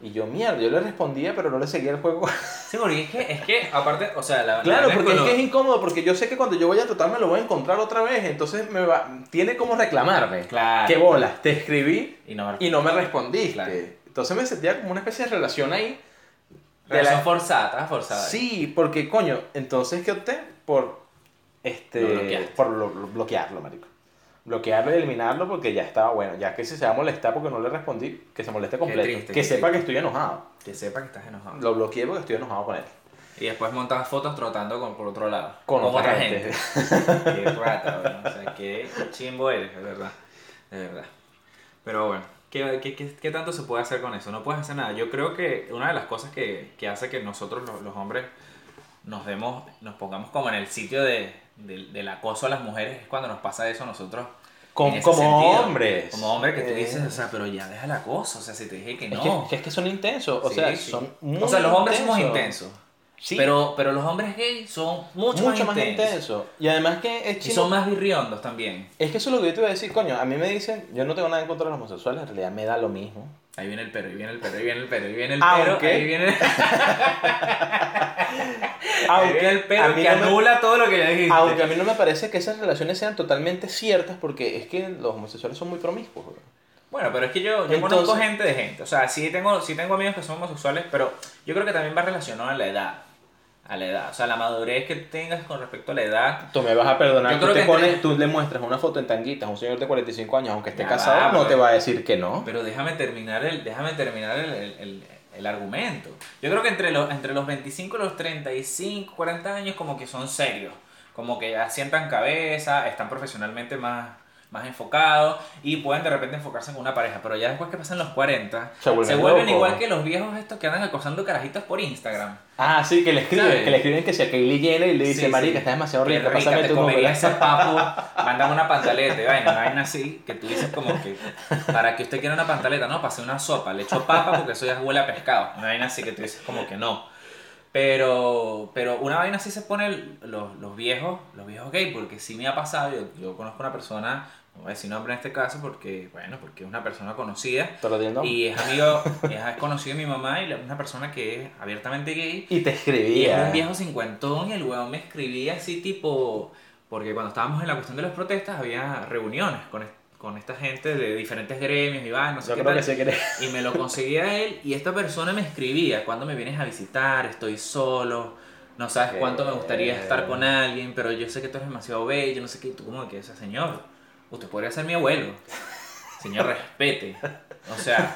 A: Y yo, mierda, yo le respondía, pero no le seguía el juego.
B: Sí, porque es que, es que aparte, o sea, la la
A: claro,
B: vaina
A: porque es
B: con
A: que es
B: los-
A: incómodo, porque yo sé que cuando yo voy a tratar me lo voy a encontrar otra vez, entonces me va, tiene como reclamarme.
B: Claro.
A: ¿Qué bolas? Te escribí
B: Y no,
A: y no me respondiste.
B: Claro.
A: Entonces me sentía como una especie de relación ahí. de
B: Relación
A: la-
B: forzada, estás forzada.
A: Sí, porque coño, entonces ¿qué opté? Por este
B: Lo bloqueaste.
A: por lo- lo- bloquearlo, marico. Bloquearlo y eliminarlo porque ya estaba bueno, ya que si se va a molestar porque no le respondí, que se moleste completo,
B: triste,
A: que
B: qué
A: sepa
B: triste.
A: que estoy enojado.
B: Que sepa que estás enojado.
A: Lo bloqueé porque estoy enojado con él.
B: Y después montas fotos trotando con, por otro lado.
A: Con otra gente.
B: qué rata, weón. O sea, qué chimbo eres, de verdad. De verdad. Pero bueno, ¿qué, qué, qué, qué tanto se puede hacer con eso? No puedes hacer nada. Yo creo que una de las cosas que, que hace que nosotros los, los hombres nos demos, nos pongamos como en el sitio de, del- del acoso a las mujeres es cuando nos pasa eso a nosotros.
A: Com-
B: en ese
A: como
B: sentido.
A: hombres.
B: Como hombre que tú
A: Eh.
B: dices, o sea, pero ya deja el acoso. O sea, si te dije que
A: Es,
B: no.
A: que, es que son intensos, o
B: Sí,
A: sea,
B: sí.
A: son muy
B: O sea, los hombres somos
A: intensos.
B: intensos.
A: Sí.
B: Pero, pero los hombres gays son mucho,
A: mucho
B: más, intensos.
A: Y además que es
B: Y
A: chino.
B: son más virriondos también.
A: Es que eso es lo que yo te iba a decir, coño, a mí me dicen, yo no tengo nada en contra de los homosexuales, en realidad me da lo mismo.
B: Ahí viene el pero, ahí viene el pero, ahí viene el pero, ahí viene el pero,
A: Aunque-
B: ahí viene el, ahí viene el pero que
A: no me-
B: anula todo lo que ya dijiste.
A: Aunque a mí no me parece que esas relaciones sean totalmente ciertas porque es que los homosexuales son muy promiscuos. bro.
B: Bueno, pero es que yo, yo
A: Entonces-
B: conozco gente de gente. O sea, sí tengo, sí tengo amigos que son homosexuales, pero yo creo que también va relacionado a la edad. A la edad. O sea, la madurez que tengas con respecto a la edad.
A: Tú me vas a perdonar,
B: Yo
A: tú,
B: creo
A: te
B: que
A: pones,
B: entre-
A: tú le muestras una foto en tanguitas a un señor de 45 años, aunque esté
B: Ya
A: casado,
B: va,
A: no
B: bro.
A: te va a decir que no.
B: Pero déjame terminar el, déjame terminar el, el- el- el argumento. Yo creo que entre los, entre los 25 y los 35, 40 años como que son serios. como que ya sientan cabeza, están profesionalmente más, más enfocados y pueden de repente enfocarse en una pareja. Pero ya después que pasan los 40,
A: Se vuelven locos.
B: igual que los viejos estos que andan acosando carajitos por Instagram.
A: Ah, sí, que le escriben,
B: ¿Sabes?
A: que le escriben que si a Kylie Jenner y le dice,
B: Sí,
A: marica,
B: sí.
A: estás demasiado
B: Qué
A: rica,
B: rica,
A: pásame
B: te
A: tu número.
B: comería ese papo, mándame una pantaleta, y vaina, una vaina así, que tú dices como que, para que usted quiera una pantaleta, no, pase una sopa, le echo papa porque eso ya huele a pescado, una vaina así que tú dices como que no. Pero, pero una vaina así se pone el- los, los viejos, los viejos gay, porque sí me ha pasado, yo, yo conozco una persona, no voy a decir nombre en este caso, porque, bueno, porque es una persona conocida,
A: Te lo di el nombre.
B: y es amigo, es conocido de mi mamá, y la- una persona que es abiertamente gay,
A: Y te
B: y
A: escribía.
B: era un viejo cincuentón y el huevón me escribía así tipo, porque cuando estábamos en la cuestión de las protestas había reuniones con, es- con esta gente de diferentes gremios y va, no sé
A: Yo
B: qué
A: creo
B: tal.
A: que sé que eres.
B: Y me lo conseguía él y esta persona me escribía, ¿cuándo me vienes a visitar? Estoy solo, no sabes cuánto me gustaría estar con alguien, pero yo sé que tú eres demasiado bello, no sé qué, Y tú como que, o sea, señor, usted podría ser mi abuelo. Señor, respete. O sea,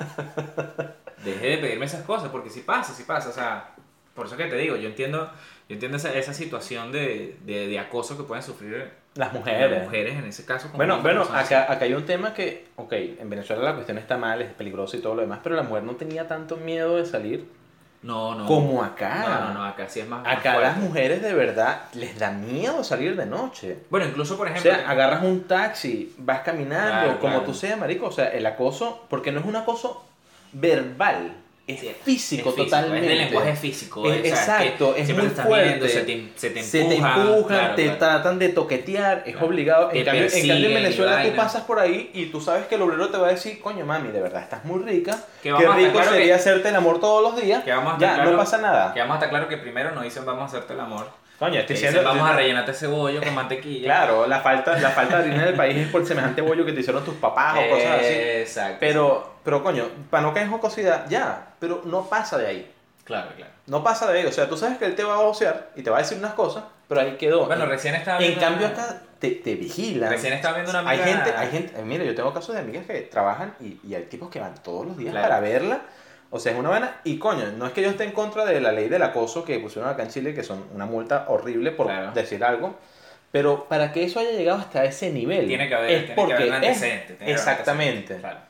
B: deje de pedirme esas cosas, porque si pasa, si pasa, o sea, por eso que te digo, yo entiendo, yo entiendo esa, esa situación de, de, de acoso que pueden sufrir
A: Las
B: las
A: mujeres.
B: mujeres en ese caso. con
A: Bueno,
B: una
A: bueno,
B: persona
A: acá, acá hay un tema que, ok, en Venezuela la cuestión está mal, es peligroso y todo lo demás, pero la mujer no tenía tanto miedo de salir
B: así. No, no.
A: como acá.
B: No, no, no, acá sí es más. más
A: Acá las
B: fuerte.
A: mujeres de verdad les da miedo salir de noche.
B: Bueno, incluso por
A: O
B: ejemplo.
A: sea, agarras un taxi, vas caminando,
B: Claro,
A: como
B: claro.
A: tú seas, marico. O sea, el acoso, porque no es un acoso verbal, es
B: Sí, es
A: físico
B: es
A: totalmente.
B: Es de lenguaje físico.
A: Es-
B: o sea, que
A: exacto, es
B: siempre
A: muy
B: te están viendo,
A: fuerte.
B: se te, se te empujan.
A: Se te empujan,
B: claro,
A: te
B: claro.
A: tratan de toquetear, es
B: Claro.
A: obligado.
B: Te
A: En cambio, en
B: persiguen
A: cambio,
B: y
A: en Venezuela tú
B: vaina.
A: pasas por ahí y tú sabes que el obrero te va a decir, coño mami, de verdad estás muy rica,
B: Que
A: qué
B: vamos a
A: rico
B: estar claro
A: sería
B: que-
A: hacerte el amor todos los días,
B: Que vamos a estar
A: ya,
B: claro-
A: no pasa nada.
B: Que vamos a estar claro que primero nos dicen vamos a hacerte el amor.
A: Coño,
B: Te
A: estoy
B: dicen,
A: diciendo...
B: vamos a rellenarte cebollo con mantequilla.
A: Claro, la falta, la falta de harina del país es por semejante bollo que te hicieron tus papás o cosas así.
B: Exacto.
A: Pero, pero coño, para no caer en jocosidad, ya, pero no pasa de ahí.
B: Claro, claro.
A: No pasa de ahí. O sea, tú sabes que él te va a vocear y te va a decir unas cosas, pero ahí quedó.
B: Bueno,
A: En-
B: recién estaba
A: en
B: viendo
A: cambio
B: una-
A: acá te, te vigilan.
B: Recién estaba viendo una
A: Hay
B: amiga-
A: gente, hay gente, eh, mira, yo tengo casos de amigas que trabajan y, y hay tipos que van todos los días
B: Claro.
A: para verla. O sea, es una vaina. Y coño, no es que yo esté en contra de la ley del acoso que pusieron acá en Chile, que son una multa horrible por
B: Claro.
A: decir algo. Pero para que eso haya llegado hasta ese nivel,
B: Tiene que haber,
A: es
B: tiene
A: porque
B: que haber un
A: es-
B: antecedente. tiene que haber un
A: exactamente.
B: antecedente, Claro.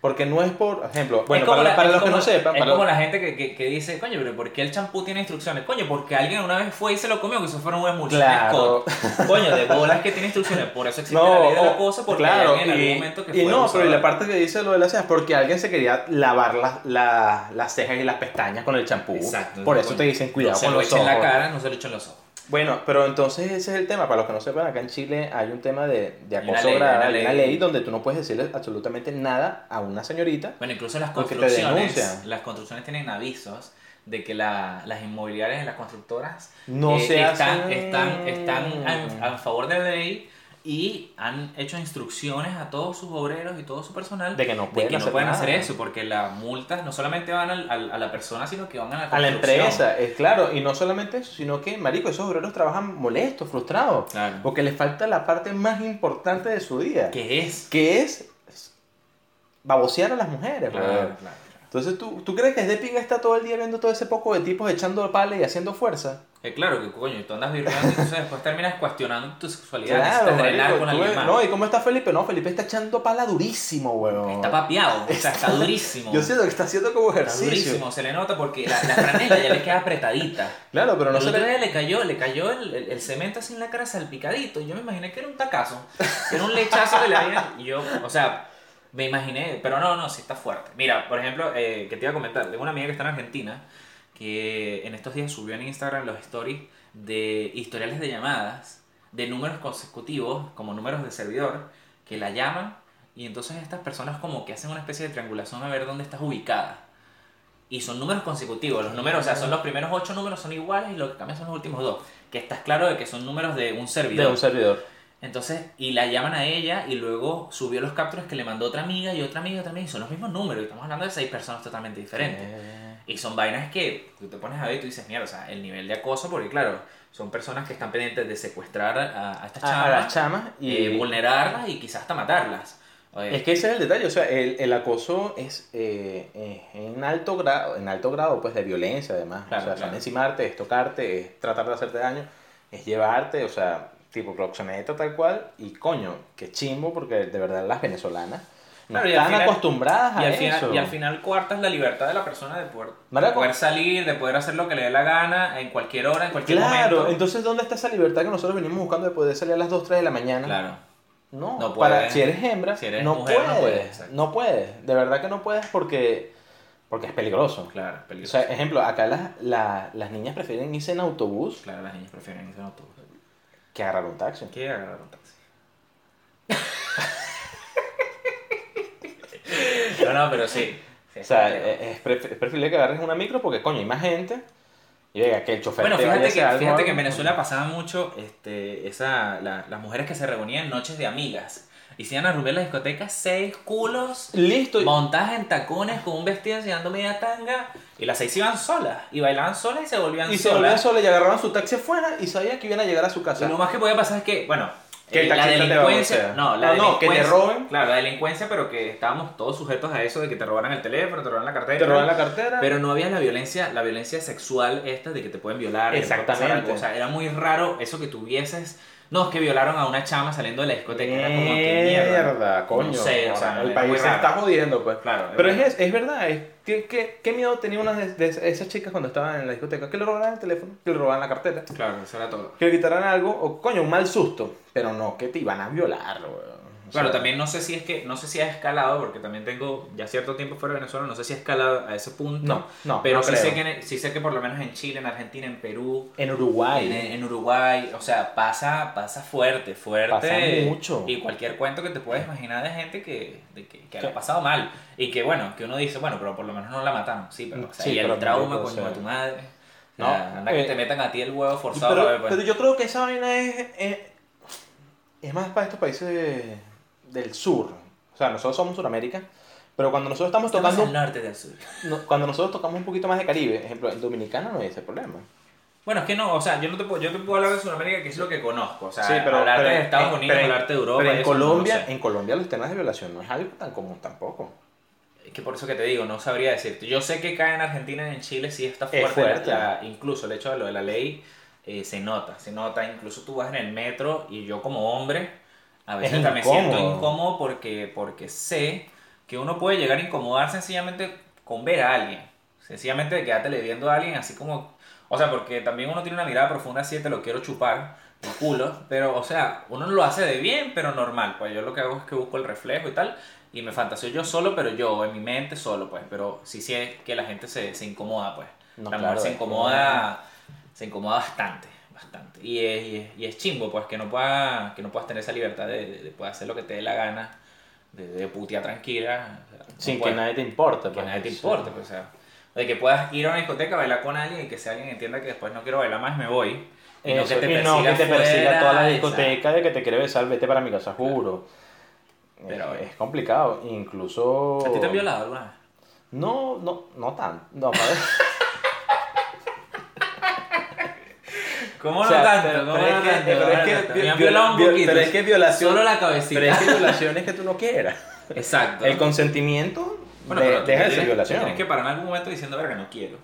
A: Porque no es por ejemplo, bueno,
B: Es como
A: para,
B: la-
A: para
B: es
A: los que
B: como-
A: no sepan,
B: Es
A: para
B: como
A: los-
B: la gente que, que, que dice, coño, pero ¿por qué el champú tiene instrucciones? Coño, porque alguien una vez fue y se lo comió, que eso fueron unas multas.
A: Claro.
B: Coño, de bolas que tiene instrucciones. Por eso existe
A: no,
B: la ley de la
A: o-
B: cosa, porque
A: claro,
B: alguien en algún
A: y,
B: momento que
A: y
B: fue
A: no, pero y la
B: abusador.
A: parte que dice lo de las cejas, porque alguien se quería lavar las la- las cejas y las pestañas con el champú.
B: Exacto.
A: Por
B: no,
A: eso
B: coño,
A: te dicen cuidado
B: no
A: con los
B: Se lo
A: ojos.
B: echen en la cara, no se lo echen en los ojos.
A: Bueno, pero entonces ese es el tema. Para los que no sepan, acá en Chile hay un tema de, de
B: Hay una
A: acoso
B: ley,
A: grave,
B: hay una
A: hay una
B: ley.
A: ley donde tú no puedes decirle absolutamente nada a una señorita.
B: Bueno, incluso las
A: Porque te
B: construcciones,
A: denuncian.
B: las construcciones tienen avisos de que la- las inmobiliarias y las constructoras
A: No se
B: están,
A: hacen-
B: Eh, están, están a, a favor de la ley y han hecho instrucciones a todos sus obreros y todo su personal
A: De que no pueden hacer nada.
B: hacer eso, porque las multas no solamente van al- al- a la persona, sino que van a la
A: A la
B: construcción.
A: empresa, es claro, y no solamente eso, sino que, marico, esos obreros trabajan molestos, frustrados,
B: Claro.
A: porque les falta la parte más importante de su día.
B: ¿Qué es?
A: que es babosear a las mujeres,
B: Claro,
A: weón.
B: claro.
A: Entonces, ¿tú, ¿tú crees que es de pinga estar todo el día viendo todo ese poco de tipos echando pala y haciendo fuerza?
B: Eh, claro, que coño, tú andas virreando y entonces después terminas cuestionando tu sexualidad.
A: claro,
B: necesitas drenar
A: marico,
B: con
A: tú
B: alguien
A: ves-
B: más.
A: No, ¿y cómo está Felipe? No, Felipe está echando pala durísimo, weón.
B: Está papeado, o sea, está durísimo.
A: Yo siento que está haciendo como
B: Está
A: ejercicio.
B: durísimo, se le nota porque la, la franela ya le queda apretadita.
A: Claro, pero
B: Pero
A: no
B: no
A: se le...
B: le... cayó, le cayó el, el- el cemento así en la cara salpicadito. Yo me imaginé que era un tacazo, que era un lechazo que le habían. y Yo, o sea, me imaginé, pero no, no, sí está fuerte. Mira, por ejemplo, eh, que te iba a comentar, tengo una amiga que está en Argentina que en estos días subió en Instagram los stories de historiales de llamadas, de números consecutivos, como números de servidor, que la llaman y entonces estas personas como que hacen una especie de triangulación a ver dónde estás ubicada. Y son números consecutivos, los números, o sea, son los primeros ocho números son iguales y lo que cambian son los últimos dos. Que estás claro de que son números de un servidor.
A: De un servidor.
B: Entonces, y la llaman a ella y luego subió los capturas que le mandó otra amiga y otra amiga y otra amiga y son los mismos números y estamos hablando de seis personas totalmente diferentes.
A: Eh,
B: Y son vainas que tú te pones a ver y tú dices, mierda, o sea, el nivel de acoso, porque claro, son personas que están pendientes de secuestrar a, a estas
A: A, a
B: chavas,
A: las chamas y...
B: eh, vulnerarlas y quizás hasta matarlas. Oye,
A: Es que ese es el detalle, o sea, el, el acoso es eh, eh, en alto grado, en alto grado pues de violencia además,
B: Claro,
A: o sea,
B: claro.
A: son encimarte, es tocarte, es tratar de hacerte daño es llevarte, o sea, tipo proxeneta tal cual, y coño, qué chimbo, porque de verdad las venezolanas no
B: Claro, y al
A: están
B: final-
A: acostumbradas a
B: Y al,
A: eso.
B: final, y al final cuarta es la libertad de la persona de poder, de
A: Marico.
B: poder salir, de poder hacer lo que le dé la gana, en cualquier hora, en cualquier
A: Claro,
B: momento.
A: entonces ¿dónde está esa libertad que nosotros venimos buscando de poder salir a las 2, 3 de la mañana?
B: Claro.
A: No,
B: No
A: para-
B: puedes.
A: si eres hembra,
B: Si eres
A: no,
B: mujer, no
A: puedes, no
B: puedes,
A: puedes.
B: exacto.
A: de verdad que no puedes porque, porque es peligroso.
B: Claro,
A: O
B: peligroso.
A: sea, ejemplo, acá las, la- las niñas prefieren irse en autobús
B: claro, las niñas prefieren irse en autobús.
A: que agarrar un taxi.
B: ¿Qué agarrar un taxi? no, no, pero sí. Sí,
A: O sea, eh,
B: sí.
A: es, es pref- es preferible que agarres una micro porque, coño, hay más gente. Y venga, que el chofer
B: Bueno,
A: te vaya a
B: fíjate
A: hacer
B: que,
A: algo.
B: fíjate que en Venezuela pasaba mucho este, esa, la- las mujeres que se reunían en noches de amigas. Y se iban a rumbear en las discotecas seis culos
A: Listo. y-
B: montadas en tacones con un vestido enseñando media tanga. Y las seis iban solas. Y bailaban solas y se volvían
A: Y se volvían
B: solas.
A: solas y agarraban su taxi afuera y sabían que iban a llegar a su casa.
B: lo más que podía pasar es que, bueno,
A: Que el
B: eh, la
A: taxista te va, o
B: delincuencia.
A: sea.
B: no, la
A: Ah, no, que te
B: delincuencia-
A: roben.
B: Claro, la delincuencia, pero que estábamos todos sujetos a eso de que te robaran el teléfono, te robaran la cartera.
A: Te roban la cartera.
B: Pero no había la violencia, la violencia sexual esta de que te pueden violar. que te puede pasar
A: Exactamente.
B: algo. O sea, era muy raro eso que tuvieses. No, es que violaron a una chama saliendo de la discoteca. Era como que mierda.
A: Mierda, coño.
B: No sé, o sea,
A: el
B: era muy
A: país se
B: raro.
A: está jodiendo, pues.
B: Claro,
A: Pero
B: verdad.
A: es, es verdad, es, ¿qué, qué, qué miedo tenía una de, de esas chicas cuando estaban en la discoteca? Que le robaran el teléfono, que le robaran la cartera,
B: Claro, eso era todo.
A: que le quitaran algo, o coño, un mal susto. Pero no, que te iban a violar, weón. O sea,
B: Claro, también no sé si es que, no sé si ha escalado, porque también tengo ya cierto tiempo fuera de Venezuela, no sé si ha escalado a ese punto.
A: No, no,
B: Pero
A: no
B: sí,
A: creo.
B: sé que, en- sí sé que por lo menos en Chile, en Argentina, en Perú,
A: En Uruguay.
B: en, en Uruguay, o sea, pasa, pasa fuerte, fuerte.
A: Pasa mucho.
B: Y cualquier cuento que te puedas imaginar de gente que, de que, que ha pasado mal. Y que bueno, que uno dice, bueno, pero por lo menos no la mataron. Sí, pero o sea,
A: Sí,
B: y
A: pero
B: el trauma
A: marico,
B: con
A: o sea.
B: tu madre.
A: No,
B: No, anda que
A: eh,
B: te metan a ti el huevo
A: Y
B: forzado.
A: pero,
B: a ver, pues.
A: pero yo creo que esa vaina es, es, es más para estos países del sur. O sea, nosotros somos Sudamérica, pero cuando nosotros estamos
B: Estamos
A: tocando,
B: al norte del sur.
A: no, cuando nosotros tocamos un poquito más de Caribe, ejemplo, en Dominicana no hay ese problema.
B: Bueno, es que no, o sea, yo no te puedo, yo te puedo hablar de Sudamérica, que es lo que conozco. O sea,
A: Sí, pero-
B: hablarte
A: pero-
B: de Estados
A: eh,
B: Unidos,
A: pero en-
B: hablarte de Europa.
A: Pero
B: y
A: en
B: eso no lo
A: Colombia,
B: sé.
A: en Colombia los temas de violación no es algo tan común tampoco.
B: Es que por eso que te digo, no sabría decirte. Yo sé que acá en Argentina y en Chile sí está
A: Es
B: fuerte.
A: fuerte.
B: la- la- incluso el hecho de lo de la ley eh, se nota, se nota. Incluso tú vas en el metro y yo como hombre a veces
A: Es
B: también
A: incómodo.
B: siento incómodo porque, porque sé que uno puede llegar a incomodar sencillamente con ver a alguien. Sencillamente de quedártele viendo a alguien así como... O sea, porque también uno tiene una mirada profunda así de te lo quiero chupar el culo, pero o sea, uno lo hace de bien, pero normal, pues yo lo que hago es que busco el reflejo y tal, y me fantaseo yo solo, pero yo, en mi mente solo, pues, pero sí sí es que la gente se, se incomoda, pues.
A: No,
B: la
A: claro,
B: mujer se
A: es
B: incomoda, se incomoda bastante, bastante. Y es, y es, y es chimbo, pues, que no, pueda, que no puedas tener esa libertad de, de, de poder hacer lo que te dé la gana, de, de putear tranquila. o sea, no
A: Sin que
B: puedes-
A: nadie te importe.
B: que
A: pues,
B: nadie te
A: sí.
B: importe, pues, o sea, de que puedas ir a una discoteca, bailar con alguien y que si alguien entienda que después no quiero bailar más, me voy. Y no
A: Eso,
B: que te
A: y
B: persiga,
A: no, que te persiga
B: afuera,
A: toda la
B: exacto.
A: discoteca de que te quiere besar, vete para mi casa, juro.
B: Pero,
A: Pero es complicado, incluso...
B: ¿A ti te han violado alguna vez?
A: No, no, no tanto. No, padre.
B: ¿Cómo
A: O sea,
B: no tanto?
A: pero-
B: ¿Cómo
A: pero es
B: no
A: que-
B: tanto?
A: pero
B: ¿Cómo
A: es
B: no
A: que
B: tanto?
A: vi-
B: Me han
A: vi-
B: violado un
A: vi-
B: poquito.
A: pero es que violación-
B: Solo la cabecita.
A: Pero es que violación es que tú no quieras.
B: Exacto.
A: El consentimiento
B: Bueno,
A: de-
B: pero tú
A: deja de
B: tienes-
A: ser violación.
B: Tienes que parar en algún momento diciendo, verga, no quiero.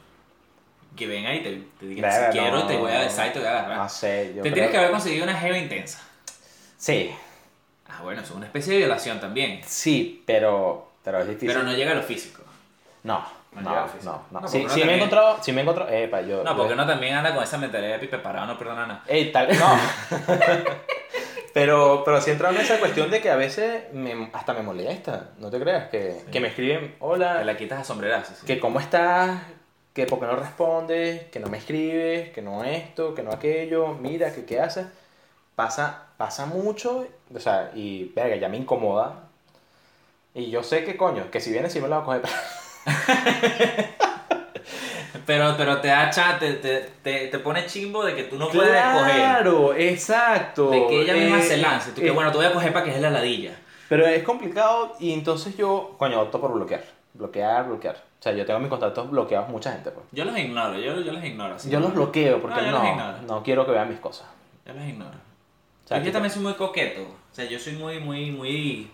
B: Que venga y te, te digan,
A: Verga,
B: si quiero,
A: no,
B: te voy a besar y te voy a agarrar.
A: No sé, yo
B: te
A: creo-
B: tienes que haber conseguido una jeva intensa.
A: Sí,
B: Ah, bueno, eso es una especie de violación también.
A: sí, pero, pero es difícil.
B: Pero no llega a lo físico.
A: No,
B: No
A: no,
B: llega a la
A: no,
B: oficina.
A: no.
B: No, porque
A: sí,
B: uno
A: sí me he
B: también-
A: encontrado, sí me he encontrado, epa, yo...
B: No,
A: yo-
B: porque uno también anda con esa mentalidad de pipe parado, no perdona nada.
A: Ey, tal, no. pero, pero sí entrando en esa cuestión de que a veces me- hasta me molesta, no te creas, que, que me escriben,
B: Te
A: hola,
B: la quitas a sombrerazos. sí.
A: que cómo estás, que por qué no respondes, que no me escribes, que no esto, que no aquello, mira, que qué haces. Pasa, pasa mucho, o sea, y verga, ya me incomoda. Y yo sé que coño, que si viene sí me lo voy a coger.
B: Pero, pero te da cha- te, te, te, te pone chimbo de que tú no puedes escoger.
A: Claro, exacto.
B: De que ella misma
A: Eh,
B: se lance. Tú
A: eh,
B: que bueno, te voy a coger para que es la ladilla.
A: Pero es complicado y entonces yo, coño, opto por bloquear. Bloquear, bloquear. O sea, yo tengo mis contactos bloqueados, mucha gente, pues.
B: Yo los ignoro, yo, yo los ignoro. sí.
A: Yo los bloqueo porque
B: No, yo
A: no,
B: los
A: no,
B: ignoro.
A: quiero que vean mis cosas.
B: Yo los ignoro.
A: O sea,
B: yo,
A: tipo,
B: también soy muy coqueto. O sea, yo soy muy, muy, muy,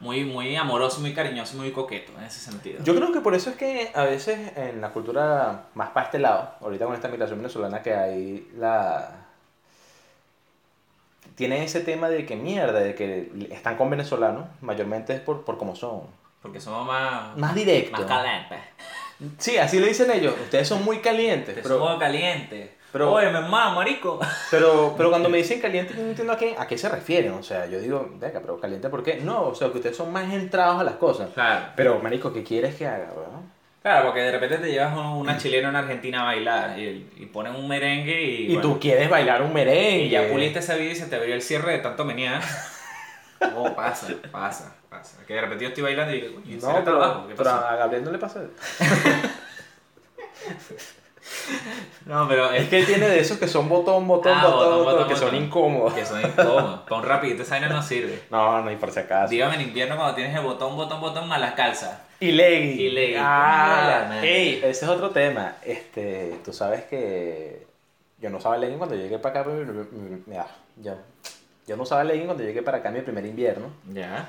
B: muy, muy amoroso, muy cariñoso, muy coqueto en ese sentido.
A: yo creo que por eso es que a veces en la cultura más para este lado, ahorita con esta migración venezolana que hay la, tienen ese tema de que mierda, de que están con venezolanos, mayormente es por, por cómo son.
B: Porque somos más.
A: Más directo.
B: Más calientes.
A: Sí, así le dicen ellos. Ustedes son muy calientes.
B: Pero,
A: Pero,
B: somos calientes.
A: pero-
B: Oye, mi hermano, marico.
A: pero, pero cuando me dicen caliente, yo no entiendo a qué, a qué se refieren. O sea, yo digo, venga, pero caliente, ¿por qué? No, o sea, que ustedes son más entrados a las cosas.
B: Claro.
A: Pero, marico, ¿qué quieres que haga, weón?
B: Claro, porque de repente te llevas un- una chilena o una argentina a bailar y, y ponen un merengue y. eh,
A: Y
B: bueno,
A: tú quieres bailar un merengue.
B: Y ya puliste ese video y se te abrió el cierre de tanto menear. Oh, pasa, pasa, pasa. Que de repente yo estoy bailando y digo, "Coño, ¿será
A: No, pero,
B: trabajo? ¿Qué
A: pero
B: pasó?"
A: a Gabriel no le pasa.
B: No, pero
A: Es que él tiene de esos que son botón, botón,
B: Ah,
A: botón,
B: botón,
A: botón,
B: botón,
A: que son
B: botón.
A: incómodos.
B: Que son incómodos. Para un rapidito esa vaina no sirve.
A: No, no, y por si acaso.
B: Dígame en invierno cuando tienes el botón, botón, botón, malas calzas.
A: Y Leggy.
B: Y Leggy.
A: Ah,
B: Ah, man.
A: ey, ese es otro tema. Este, tú sabes que yo no usaba legging cuando llegué para acá. mi- mi- mi- mi- ah, yo, yo no usaba legging cuando llegué para acá en mi primer invierno.
B: Ya.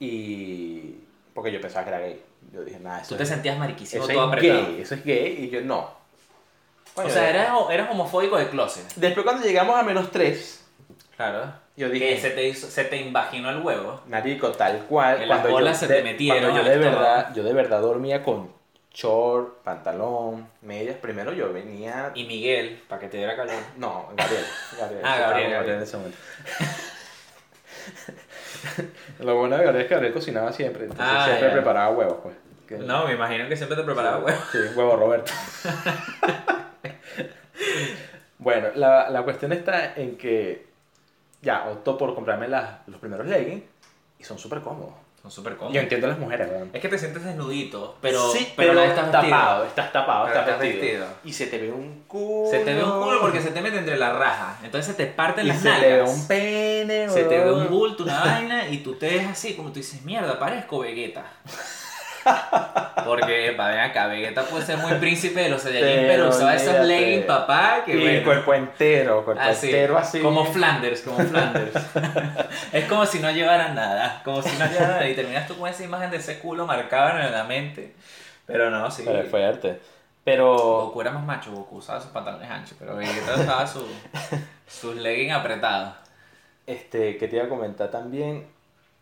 A: Y. Porque yo pensaba que era gay. Yo dije, nada, eso,
B: Tú te
A: es,
B: sentías mariquísimo,
A: eso
B: todo
A: es
B: apretado.
A: gay. Eso es gay. Y yo, no.
B: O
A: Coño,
B: sea, eras, eras homofóbico de closet.
A: Después, cuando llegamos a menos 3,
B: Claro.
A: yo
B: Que se
A: dije,
B: te, hizo- se te invaginó el huevo.
A: Marico, tal cual.
B: Que las bolas se te
A: de-
B: metieron
A: Cuando yo
B: al
A: de
B: estómago.
A: verdad, yo de verdad dormía con short, pantalón, medias. Primero yo venía
B: Y Miguel, para que te diera calor.
A: No, Gabriel. Gabriel
B: Ah, Gabriel,
A: Estaba
B: Gabriel.
A: en ese momento. Lo bueno de Gabriel es que Gabriel cocinaba siempre, entonces
B: Ah,
A: siempre
B: ya.
A: preparaba huevos, pues. Que-
B: No, me imagino que siempre te preparaba huevo.
A: Sí, huevo Roberto. bueno, la, la cuestión está en que ya opto por comprarme las, los primeros leggings y son súper cómodos.
B: Son súper
A: Yo
B: cómodos.
A: entiendo a las mujeres, weón.
B: Es que te sientes desnudito, pero,
A: sí,
B: pero, no
A: pero, estás
B: estás vestido.
A: tapado, estás tapado,
B: Pero
A: estás
B: estás
A: vestido.
B: vestido.
A: Y se te ve un culo.
B: Se te ve un culo porque se te mete entre la raja. Entonces se te parten
A: y
B: las
A: se
B: nalgas.
A: te ve un pene,
B: Se te ve
A: weón.
B: un bulto, una vaina, y tú te ves así, como tú dices, mierda, parezco Vegeta. Porque, pa, ven acá, Vegeta puede ser muy príncipe de los Saiyajin,
A: Pero
B: pero usaba esos
A: olvídate.
B: leggings, papá, que
A: Y
B: bueno.
A: cuerpo entero, cuerpo
B: Así,
A: entero así.
B: Ah, como Flanders, como Flanders. es como si no llevaran nada, como si no llevaran nada. Y terminas tú con esa imagen de ese culo marcado en la mente. Pero no, sí.
A: Pero es fuerte. Pero
B: Goku era más macho, Goku usaba sus pantalones anchos, pero Vegeta usaba su- sus leggings apretados.
A: este que te iba a comentar también.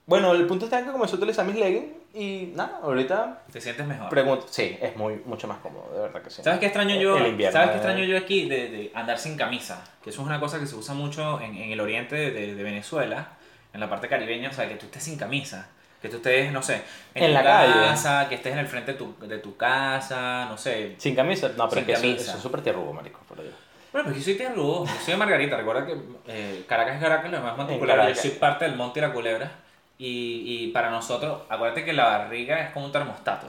A: Bueno, el punto está en que comenzó a utilizar mis leggings y nada, ahorita
B: Te sientes mejor.
A: pregunto, sí, es muy mucho más cómodo, de verdad que sí.
B: ¿Sabes qué extraño yo?
A: El invierno,
B: ¿Sabes qué
A: eh.
B: extraño yo aquí de, de andar sin camisa? Que eso es una cosa que se usa mucho en, en el oriente de, de- de Venezuela, en la parte caribeña, o sea, que tú estés sin camisa. Que tú estés, no sé,
A: En
B: tu
A: la calle.
B: casa, que estés en el frente de tu, de tu casa, no sé.
A: Sin camisa, no,
B: Sin
A: pero es que eso-
B: camisa.
A: eso, es súper tierrugo, marico, por Dios.
B: Bueno, pues yo soy tierrudo, yo soy de Margarita, recuerda que eh, Caracas es Caracas, lo demás es Monte
A: En
B: Culebra, yo
A: Caracas.
B: soy parte del Monte y la Culebra. Y, y para nosotros, acuérdate que la barriga es como un termostato.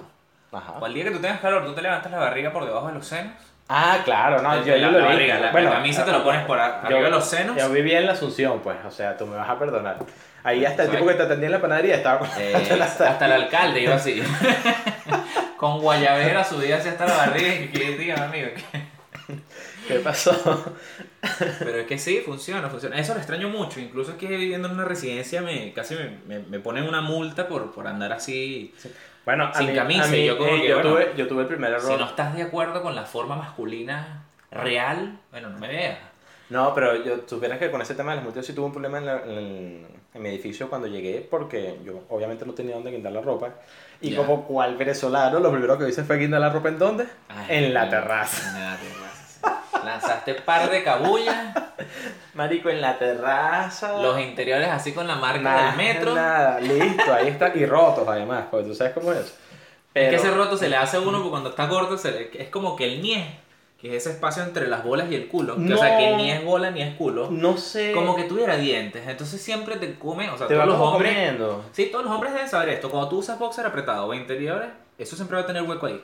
A: Ajá.
B: O el día que tú tengas calor, tú te levantas la barriga por debajo de los senos
A: Ah, claro, no,
B: Desde
A: yo,
B: la
A: yo lo leí.
B: barriga, la- la camisa te lo pones por a- arriba de los senos.
A: Yo vivía en la Asunción, pues, o sea, tú me vas a perdonar. Ahí hasta el
B: ¿Sabes?
A: tipo que te atendía en la panadería estaba con
B: Eh,
A: hasta la-
B: hasta, el alcalde iba así. Con guayabera subía así hasta la barriga. y que digan, amigo. que-
A: ¿Qué pasó?
B: Pero es que sí, funciona, funciona. Eso lo extraño mucho. Incluso es que viviendo en una residencia me, casi me, me, me ponen una multa por, por andar así.
A: Bueno,
B: Sin
A: a mí,
B: camisa,
A: a mí,
B: y yo como
A: eh,
B: que,
A: yo
B: bueno,
A: tuve, yo tuve el primer error.
B: Si no
A: no.
B: estás de acuerdo con la forma masculina real, bueno, no me veas.
A: pero yo supieras que con ese tema de las multas sí tuve un problema en, la- en el- en mi edificio cuando llegué, porque yo obviamente no tenía dónde guindar la ropa. Y
B: Ya.
A: como cual venezolano, lo primero que hice fue guindar la ropa en dónde?
B: Ah,
A: en la terraza.
B: En la terraza. sí. Lanzaste par de cabullas,
A: Marico, en la terraza.
B: los interiores así con la marca
A: Nada,
B: del metro.
A: Nada, listo, ahí está. Y rotos además, porque tú sabes cómo es. eso. Pero,
B: Es que ese roto se le hace a uno porque cuando está gordo se le- es como que el niés, que es ese espacio entre las bolas y el culo. que, o sea,
A: No.
B: que ni es bola ni es culo.
A: no sé.
B: Como que tuviera dientes. Entonces siempre te come, o sea,
A: te
B: todos
A: van
B: los hombres...
A: comiendo.
B: Sí, todos los hombres deben saber esto. Cuando tú usas boxer apretado o interiores, eso siempre va a tener hueco ahí.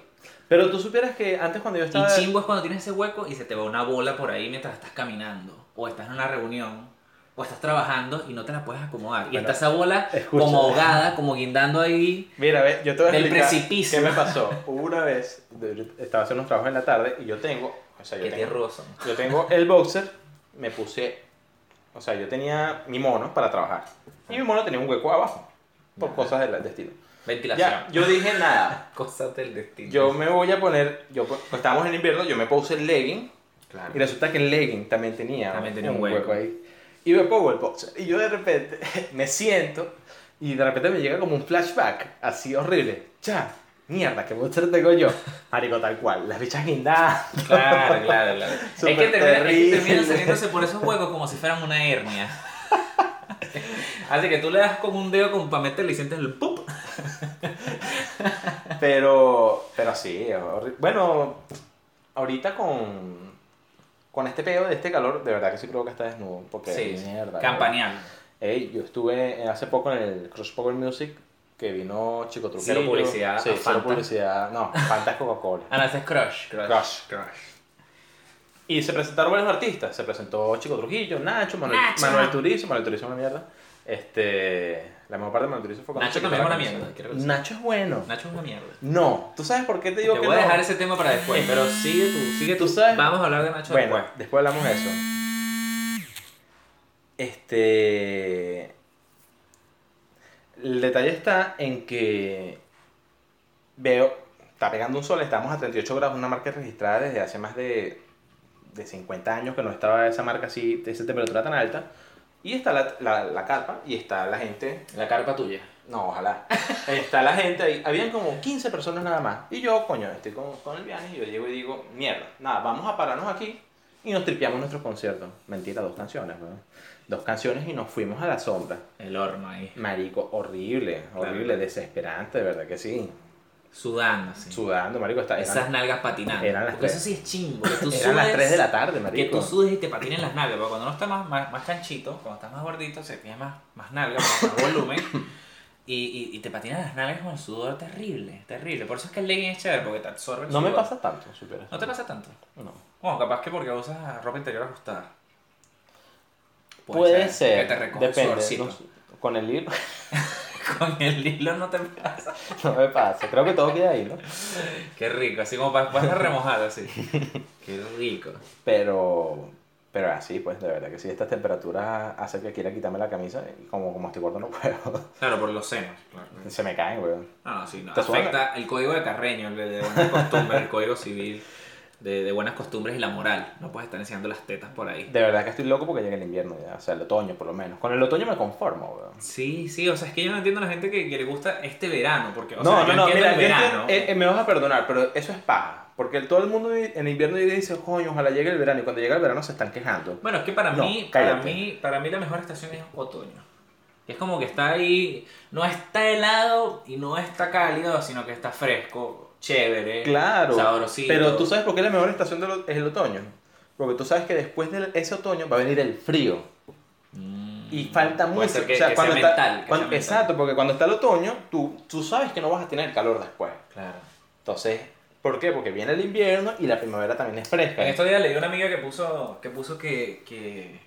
A: Pero tú supieras que antes cuando yo estaba.
B: Y chimbo es cuando tienes ese hueco y se te va una bola por ahí mientras estás caminando. O estás en una reunión. O estás trabajando y no te la puedes acomodar. y
A: Bueno,
B: está esa bola
A: escucha.
B: como ahogada, como guindando ahí.
A: Mira, ve, yo te voy a
B: Del
A: explicar
B: precipicio.
A: qué me pasó. Hubo una vez, de- estaba haciendo unos trabajos en la tarde y yo tengo, o sea, yo,
B: Que te
A: tengo,
B: rozan.
A: yo tengo el boxer, me puse, o sea, yo tenía mi mono para trabajar y mi mono tenía un hueco abajo por cosas del destino.
B: Ventilación.
A: Ya, yo dije nada.
B: Cosas del destino.
A: Yo me voy a poner, yo pues, estábamos en invierno, yo me puse el legging
B: Claro.
A: y resulta que el legging también tenía,
B: También tenía un hueco.
A: ahí. Y me pongo el boxer. Y yo de repente me siento y de repente me llega como un flashback así horrible. Ya, mierda, qué boxer tengo yo. Marico, tal cual. Las bichas guindadas.
B: Claro, claro, claro. es que termina- es
A: Súper
B: que terminan
A: terrible.
B: saliéndose por esos huecos como si fueran una hernia. Así que tú le das con un dedo como para meterle y sientes el pop.
A: Pero, pero sí, horri- bueno, ahorita con, con este pedo de este calor, de verdad que sí creo que está desnudo. Porque,
B: Sí,
A: mierda.
B: campaneando.
A: Ey, yo estuve hace poco en el Cross Power Music que vino Chico Trujillo.
B: Cero publicidad
A: Sí,
B: a
A: cero
B: Fanta.
A: publicidad. No, Fanta es Coca-Cola.
B: Ah, no, ese es crush.
A: Crush.
B: crush.
A: Y se presentaron varios artistas. Se presentó Chico Trujillo, Nacho, Manuel,
B: Nacho.
A: Manuel Turizo. Manuel Turizo es una mierda. Este, la mejor parte de Manuel Turizo fue cuando
B: Nacho
A: se quitó
B: también es
A: la
B: una
A: camisa.
B: mierda, quiero decir.
A: Nacho es bueno.
B: Nacho es una mierda.
A: No, ¿tú sabes por qué te digo
B: Te
A: que
B: voy a
A: no?
B: dejar ese tema para después, pero sigue tú, sigue tú.
A: ¿Tú sabes?
B: Vamos a hablar de Nacho
A: Bueno,
B: después.
A: después hablamos de eso. Este. El detalle está en que. Veo. Está pegando un sol, estamos a 38 grados, una marca registrada desde hace más de, de 50 años que no estaba esa marca así, de esa temperatura tan alta. Y está la, la, la carpa y está la gente
B: La carpa tuya.
A: no, ojalá. Está la gente ahí. Habían como 15 personas nada más. Y yo, coño, estoy con, con el viaje y yo llego y digo, mierda, nada, vamos a pararnos aquí y nos tripeamos nuestros conciertos. Mentira, dos canciones, weón. Dos canciones y nos fuimos a la sombra.
B: El horno ahí.
A: Marico, horrible, horrible,
B: Claro.
A: desesperante, de verdad que sí.
B: Sudando, así.
A: Sudando, marico, está,
B: Esas
A: eran,
B: nalgas patinando.
A: eran las
B: Porque
A: tres.
B: eso sí es chingo. Que tú
A: eran las
B: sudes-
A: 3 de la tarde,
B: Que
A: marico.
B: tú sudes y te patinen las nalgas, porque cuando uno está más, más, más chanchito, cuando estás más gordito, se tiene más, más nalgas, más, más volumen, y, y, y te patinan las nalgas con el sudor terrible, terrible. Por eso es que el legging es chévere, porque te absorbe el
A: no me
B: sudor.
A: pasa tanto, supieras.
B: ¿No te pasa tanto?
A: No.
B: Bueno, capaz que porque usas ropa interior ajustada.
A: Puede ser,
B: Que te recoja el
A: depende.
B: sudorcito.
A: no- con el hilo
B: Con el hilo no te pasa.
A: no me pasa. Creo que todo queda ahí, ¿no?
B: Qué rico, así como vas, vas a remojar así. Qué rico.
A: Pero, pero así, pues, de verdad que sí, estas temperaturas hacen que quiera quitarme la camisa y como, como estoy gordo no puedo.
B: Claro, por los senos. Claro.
A: Se me caen, weón.
B: No, no, Ah, sí, no.
A: ¿Te suena?
B: Afecta el código de Carreño, el de, de buenas costumbres, el código civil de, de buenas costumbres y la moral. No puedes estar enseñando las tetas por ahí.
A: De verdad que estoy loco porque llega el invierno ya, o sea, el otoño por lo menos. Con el otoño me conformo, weón.
B: Sí, sí, o sea, es que yo no entiendo a la gente que, que le gusta este verano, porque, o
A: no,
B: sea,
A: no,
B: yo
A: no,
B: entiendo el
A: mira, yo
B: verano.
A: entiendo- eh, eh, me vas a perdonar, pero eso es paja. Porque el- todo el mundo en invierno dice, coño, ojalá llegue el verano. Y cuando llega el verano se están quejando.
B: Bueno, es que para
A: No,
B: mí, para
A: cállate.
B: mí, para mí la mejor estación es otoño. Es como que está ahí, no está helado y no está cálido, sino que está fresco, chévere,
A: Claro.
B: sabrosito.
A: Pero tú sabes por qué la mejor estación del o- es el otoño. Porque tú sabes que después de ese otoño va a venir el frío.
B: Mm,
A: Y falta
B: puede
A: mucho.
B: ser que-
A: o sea,
B: que sea
A: cuando está,
B: mental, que sea
A: cuando-
B: mental.
A: Exacto, porque cuando está el otoño, tú, tú sabes que no vas a tener calor después.
B: Claro.
A: Entonces, ¿por qué? Porque viene el invierno y la primavera también es fresca.
B: En estos días leí una amiga que puso que puso que, que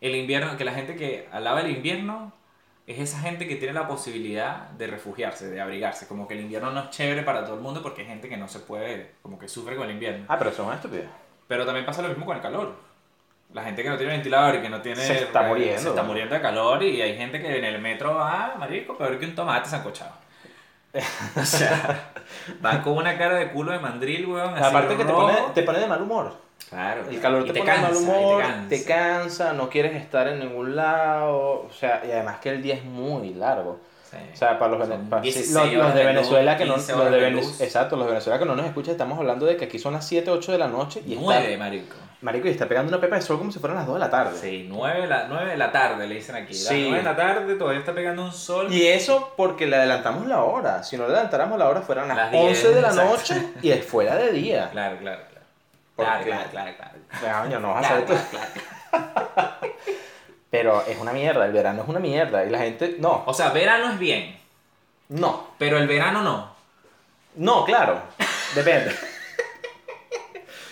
B: el invierno, que la gente que alaba el invierno es esa gente que tiene la posibilidad de refugiarse, de abrigarse, como que el invierno no es chévere para todo el mundo porque hay gente que no se puede, como que sufre con el invierno.
A: Ah, pero eso es una estupidez.
B: Pero también pasa lo mismo con el calor. La gente que no tiene ventilador y que no tiene
A: Se está muriendo,
B: se está
A: ¿no?
B: muriendo de calor y hay gente que en el metro va, "Ah, marico, peor que un tomate sancochado. o sea, va con una cara de culo de mandril, weón. así
A: Aparte que te
B: rojo.
A: pone, te pone de mal humor.
B: Claro.
A: El calor
B: Y
A: te, pone de mal humor,
B: y
A: te cansa. no quieres estar en ningún lado. O sea, y además que el día es muy largo.
B: Sí.
A: O sea, para los,
B: Son
A: vene- para- sí,
B: 16
A: los- los
B: horas
A: de
B: luz,
A: Venezuela que no,
B: 15
A: los de
B: horas de
A: Vene-
B: luz.
A: exacto, los de Venezuela que no nos escuchan, estamos hablando de que aquí son las 7, 8 de la noche y está
B: Nueve, marico.
A: Marico, y está pegando una pepa de sol como si fueran las 2 de la tarde.
B: Sí, nueve de la, nueve de la tarde le dicen aquí. Las
A: Sí.
B: nueve de la tarde todavía está pegando un sol.
A: Y eso porque le adelantamos la hora. Si no le adelantáramos la hora, fueran las,
B: Las 10,
A: 11 de la
B: exacto.
A: noche y es fuera de día.
B: Claro, claro, claro.
A: ¿Por
B: Claro,
A: qué?
B: claro, claro, claro.
A: Coño, no vas a
B: Claro,
A: hacer
B: claro,
A: esto.
B: claro.
A: Pero es una mierda, el verano es una mierda. Y la gente, no,
B: O sea, verano es bien,
A: no,
B: pero el verano no.
A: no, claro. Depende.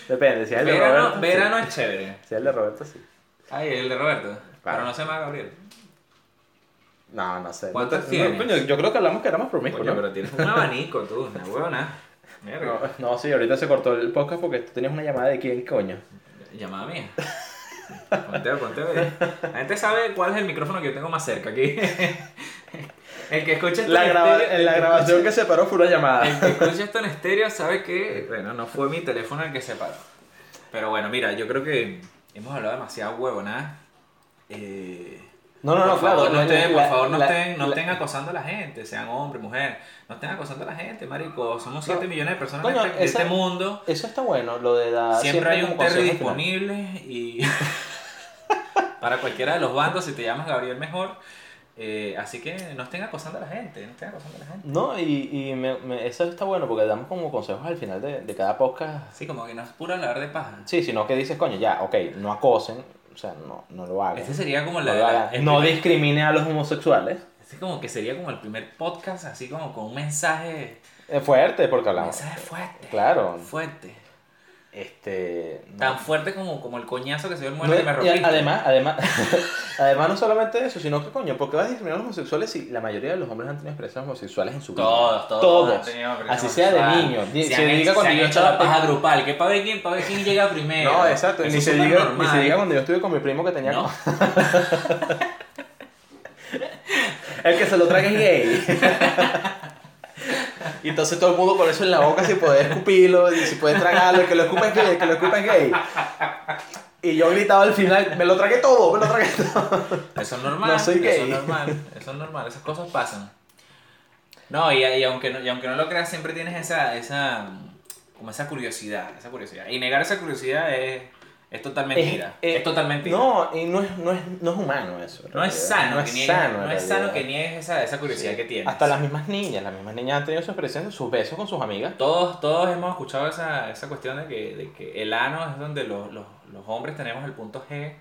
A: Depende, si es el de Roberto.
B: Verano,
A: sí.
B: verano es chévere.
A: Si es el de Roberto, sí.
B: Ay, el de Roberto. Pero
A: Claro.
B: no se llama Gabriel.
A: No, no sé.
B: ¿Cuántos
A: No, no,
B: tienes?
A: coño, yo creo que hablamos que éramos promiscuos,
B: Coño,
A: ¿no?
B: pero tienes un abanico tú, una huevona.
A: No,
B: Mierda.
A: no, sí, ahorita se cortó el podcast porque tú tenías una llamada de quién coño.
B: Llamada mía. Conteo, conteo. La gente sabe cuál es el micrófono que yo tengo más cerca aquí. El que escucha esto
A: La
B: en
A: grava-
B: estéreo-
A: en la
B: el que
A: grabación que se paró fue una
B: escucha-
A: llamada.
B: El que escucha esto en estéreo sabe que, bueno, no fue mi teléfono el que se paró. Pero bueno, mira, yo creo que hemos hablado demasiado huevonada. eh,
A: No, no,
B: por
A: no, claro.
B: favor, no
A: la-
B: estén, por
A: la-
B: favor, no
A: la-
B: estén, no
A: la-
B: estén acosando a la gente, sean hombre, mujer. No estén acosando a la gente, marico. Somos
A: No.
B: 7 millones de personas
A: Coño,
B: en este, de
A: esa-
B: este mundo.
A: Eso está bueno, lo de la.
B: Siempre, hay un
A: como
B: Terry
A: consejo final.
B: disponible y para cualquiera de los bandos, si te llamas Gabriel mejor. Eh, así que no estén acosando a la gente, no estén acosando a la gente.
A: No, y, y me- me- eso está bueno porque damos como consejos al final de, de cada podcast.
B: Sí, como que no es pura hablar de paja.
A: Sí, sino que dices, coño, ya, ok, no acosen, o sea, no, no lo hagan.
B: Este sería como
A: no
B: la,
A: lo hagan.
B: el
A: No
B: primer-
A: discriminen a los homosexuales.
B: este como que sería como el primer podcast así como con un mensaje,
A: Es fuerte porque
B: un
A: hablamos.
B: mensaje fuerte,
A: Claro.
B: fuerte,
A: Este. no.
B: tan fuerte como, como el coñazo que se dio el
A: No,
B: muerto que me
A: y
B: rompiste.
A: además, además, además, no solamente eso, sino que coño, porque vas a discriminar a los homosexuales si la mayoría de los hombres han tenido experiencias homosexuales en su vida?
B: Todos, todos. han
A: Todos.
B: tenido problemas
A: Así sea de
B: sexuales.
A: niño. Di-
B: Se,
A: Se,
B: han hecho-
A: diga
B: se
A: cuando
B: han
A: yo
B: hecho la
A: estaba.
B: paja grupal. Que para ver quién, pa' ver quién llega primero.
C: No, exacto.
B: Eso
C: Ni
B: es
C: se,
B: súper
C: diga, ni
B: normal.
C: se diga cuando yo estuve con mi primo que tenía.
B: No.
A: El que se lo traga es gay. Y entonces todo el mundo con eso en la boca, si puede escupirlo, y si puede tragarlo, el que lo escupa es gay, el que lo escupa es gay. Y yo gritaba al final, me lo tragué todo, me lo tragué todo.
B: Eso es normal.
A: No soy
B: Eso
A: gay.
B: es normal. Eso es normal. Esas cosas pasan. No, y, y aunque no, y aunque no lo creas, siempre tienes esa, esa, como esa curiosidad, esa curiosidad. Y negar esa curiosidad es, es total mentira. Es,
A: eh,
B: total mentira.
A: No, y no es, no es, no es humano eso. en
B: No es
A: realidad.
B: sano
A: No
B: que
A: es
B: niegues,
A: sano, en
B: no es sano
A: realidad.
B: que niegues esa, esa curiosidad que tienes.
A: Hasta las mismas niñas, las mismas niñas han tenido su experiencia, sus besos con sus amigas.
B: Todos, todos hemos escuchado esa, esa cuestión de que, de que el ano es donde los, los, los hombres tenemos el punto G.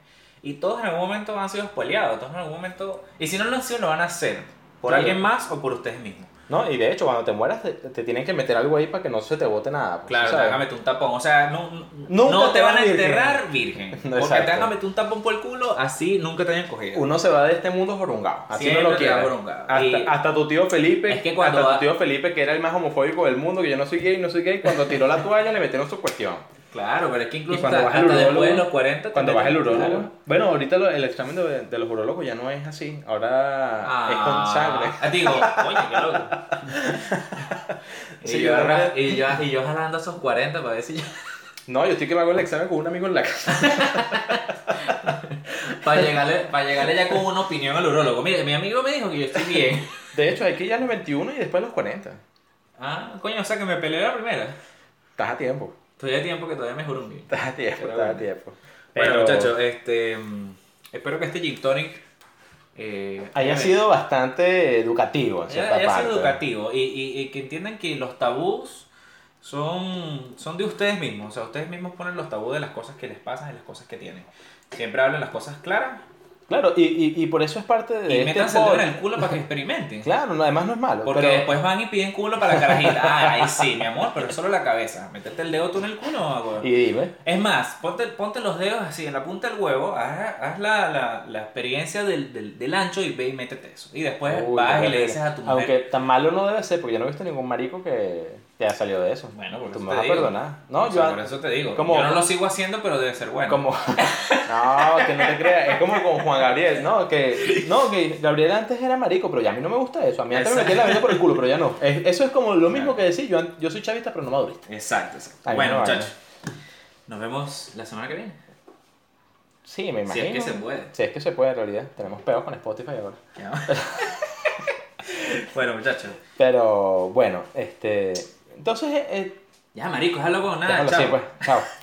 B: Y todos en algún momento han sido espoleados. Todos en algún momento. Y si no lo han sido, lo van a hacer. Por
A: Claro.
B: alguien más o por ustedes mismos.
A: No, y de hecho, cuando te mueras, te, te tienen que meter algo ahí para que no se te bote nada. pues,
B: Claro, te
A: ¿sabes?
B: van a meter un tapón. O sea, no, no-
A: Nunca
B: no te
A: te
B: van a
A: van virgen.
B: enterrar virgen. Porque te
A: exacto.
B: van a meter un tapón por el culo, así nunca te hayan cogido.
A: Uno se va de este mundo jorungado. Así no
B: Siempre
A: lo
B: te va
A: quiere.
B: jorungado.
A: Hasta,
B: Y-
A: hasta tu tío Felipe,
B: Es que cuando
A: hasta
B: va-
A: tu tío Felipe, que era el más homofóbico del mundo, que yo no soy gay, no soy gay, cuando tiró la toalla le metieron su cuestión.
B: Claro, pero es que incluso
A: cuando
B: hasta,
A: vas al
B: hasta después de
A: urólogo-
B: los 40. te
A: Cuando vas
B: meten-
A: el urólogo.
B: Claro.
A: Bueno, ahorita lo- el examen de, de los urologos ya no es así. Ahora es con sangre.
B: Ah, digo, oye, qué loco. Y,
A: Sí,
B: yo,
A: yo
B: arra-
A: creo
B: y, yo, y yo jalando esos 40 para ver si yo,
A: No, yo estoy que me hago el examen con un amigo en la casa.
B: para llegarle, para llegarle ya con una opinión al urólogo. Mire, mi amigo me dijo que yo estoy bien.
A: De hecho, hay que ir ya a los 21 y después a los 40.
B: Ah, coño, o sea que me peleé la primera.
A: Estás a tiempo.
B: Estoy a tiempo que todavía me jurungue.
A: Estás a tiempo,
B: Pero
A: estás a
B: bueno.
A: tiempo.
B: Bueno,
A: Pero-
B: muchachos, este, mm, espero que este gin tonic eh,
A: Haya sido bastante educativo en
B: haya,
A: cierta
B: haya
A: parte.
B: Eh, sido educativo y, y- y que entiendan que los tabús son, son de ustedes mismos. O sea, ustedes mismos ponen los tabús de las cosas que les pasan y las cosas que tienen. Siempre hablen las cosas claras
A: Claro, y, y, y por eso es parte de
B: y
A: este
B: métanse el dedo en
A: podcast.
B: el culo para que experimenten.
A: Claro, no, además no es malo.
B: Porque
A: pero
B: después van y piden culo para la carajita. Ah, ahí sí, mi amor, pero solo la cabeza. Meterte el dedo tú en el culo, ah, güey.
A: Y dime.
B: Es más, ponte, ponte los dedos así en la punta del huevo, haz, haz la, la, la experiencia del, del, del ancho y ve y métete eso. Y después
A: Uy,
B: pues vas y
A: qué
B: le
A: horrible.
B: dices a tu mujer.
A: Aunque tan malo no debe ser, porque yo no he visto ningún marico que, que haya salido de eso.
B: Bueno, por eso
A: Tú me
B: te
A: vas a
B: digo.
A: perdonar. No,
B: O sea,
A: yo.
B: por eso te digo.
A: como-
B: Yo no lo sigo haciendo, pero debe ser bueno.
A: Como. no, que no te creas. Es como con Juan Gabriel, ¿no? Que, no, que Gabriel antes era marico, pero ya a mí no me gusta eso. A mí antes me metían la vida por el culo, pero ya no. Es- eso es como lo mismo que decir, yo, an- yo soy chavista, pero no madurista.
B: Exacto, exacto.
A: Ay,
B: bueno,
A: no, vale.
B: muchachos. Nos vemos la semana que viene.
A: Sí, me
B: Si
A: imagino.
B: es que se puede.
A: Si es que se puede, en realidad. Tenemos peor con Spotify ahora.
B: Ya. bueno, muchachos.
A: Pero bueno, este. Entonces, eh,
B: Ya, marico, déjalo con nada.
A: déjalo
B: Ah, chao.
A: así, pues. Chao.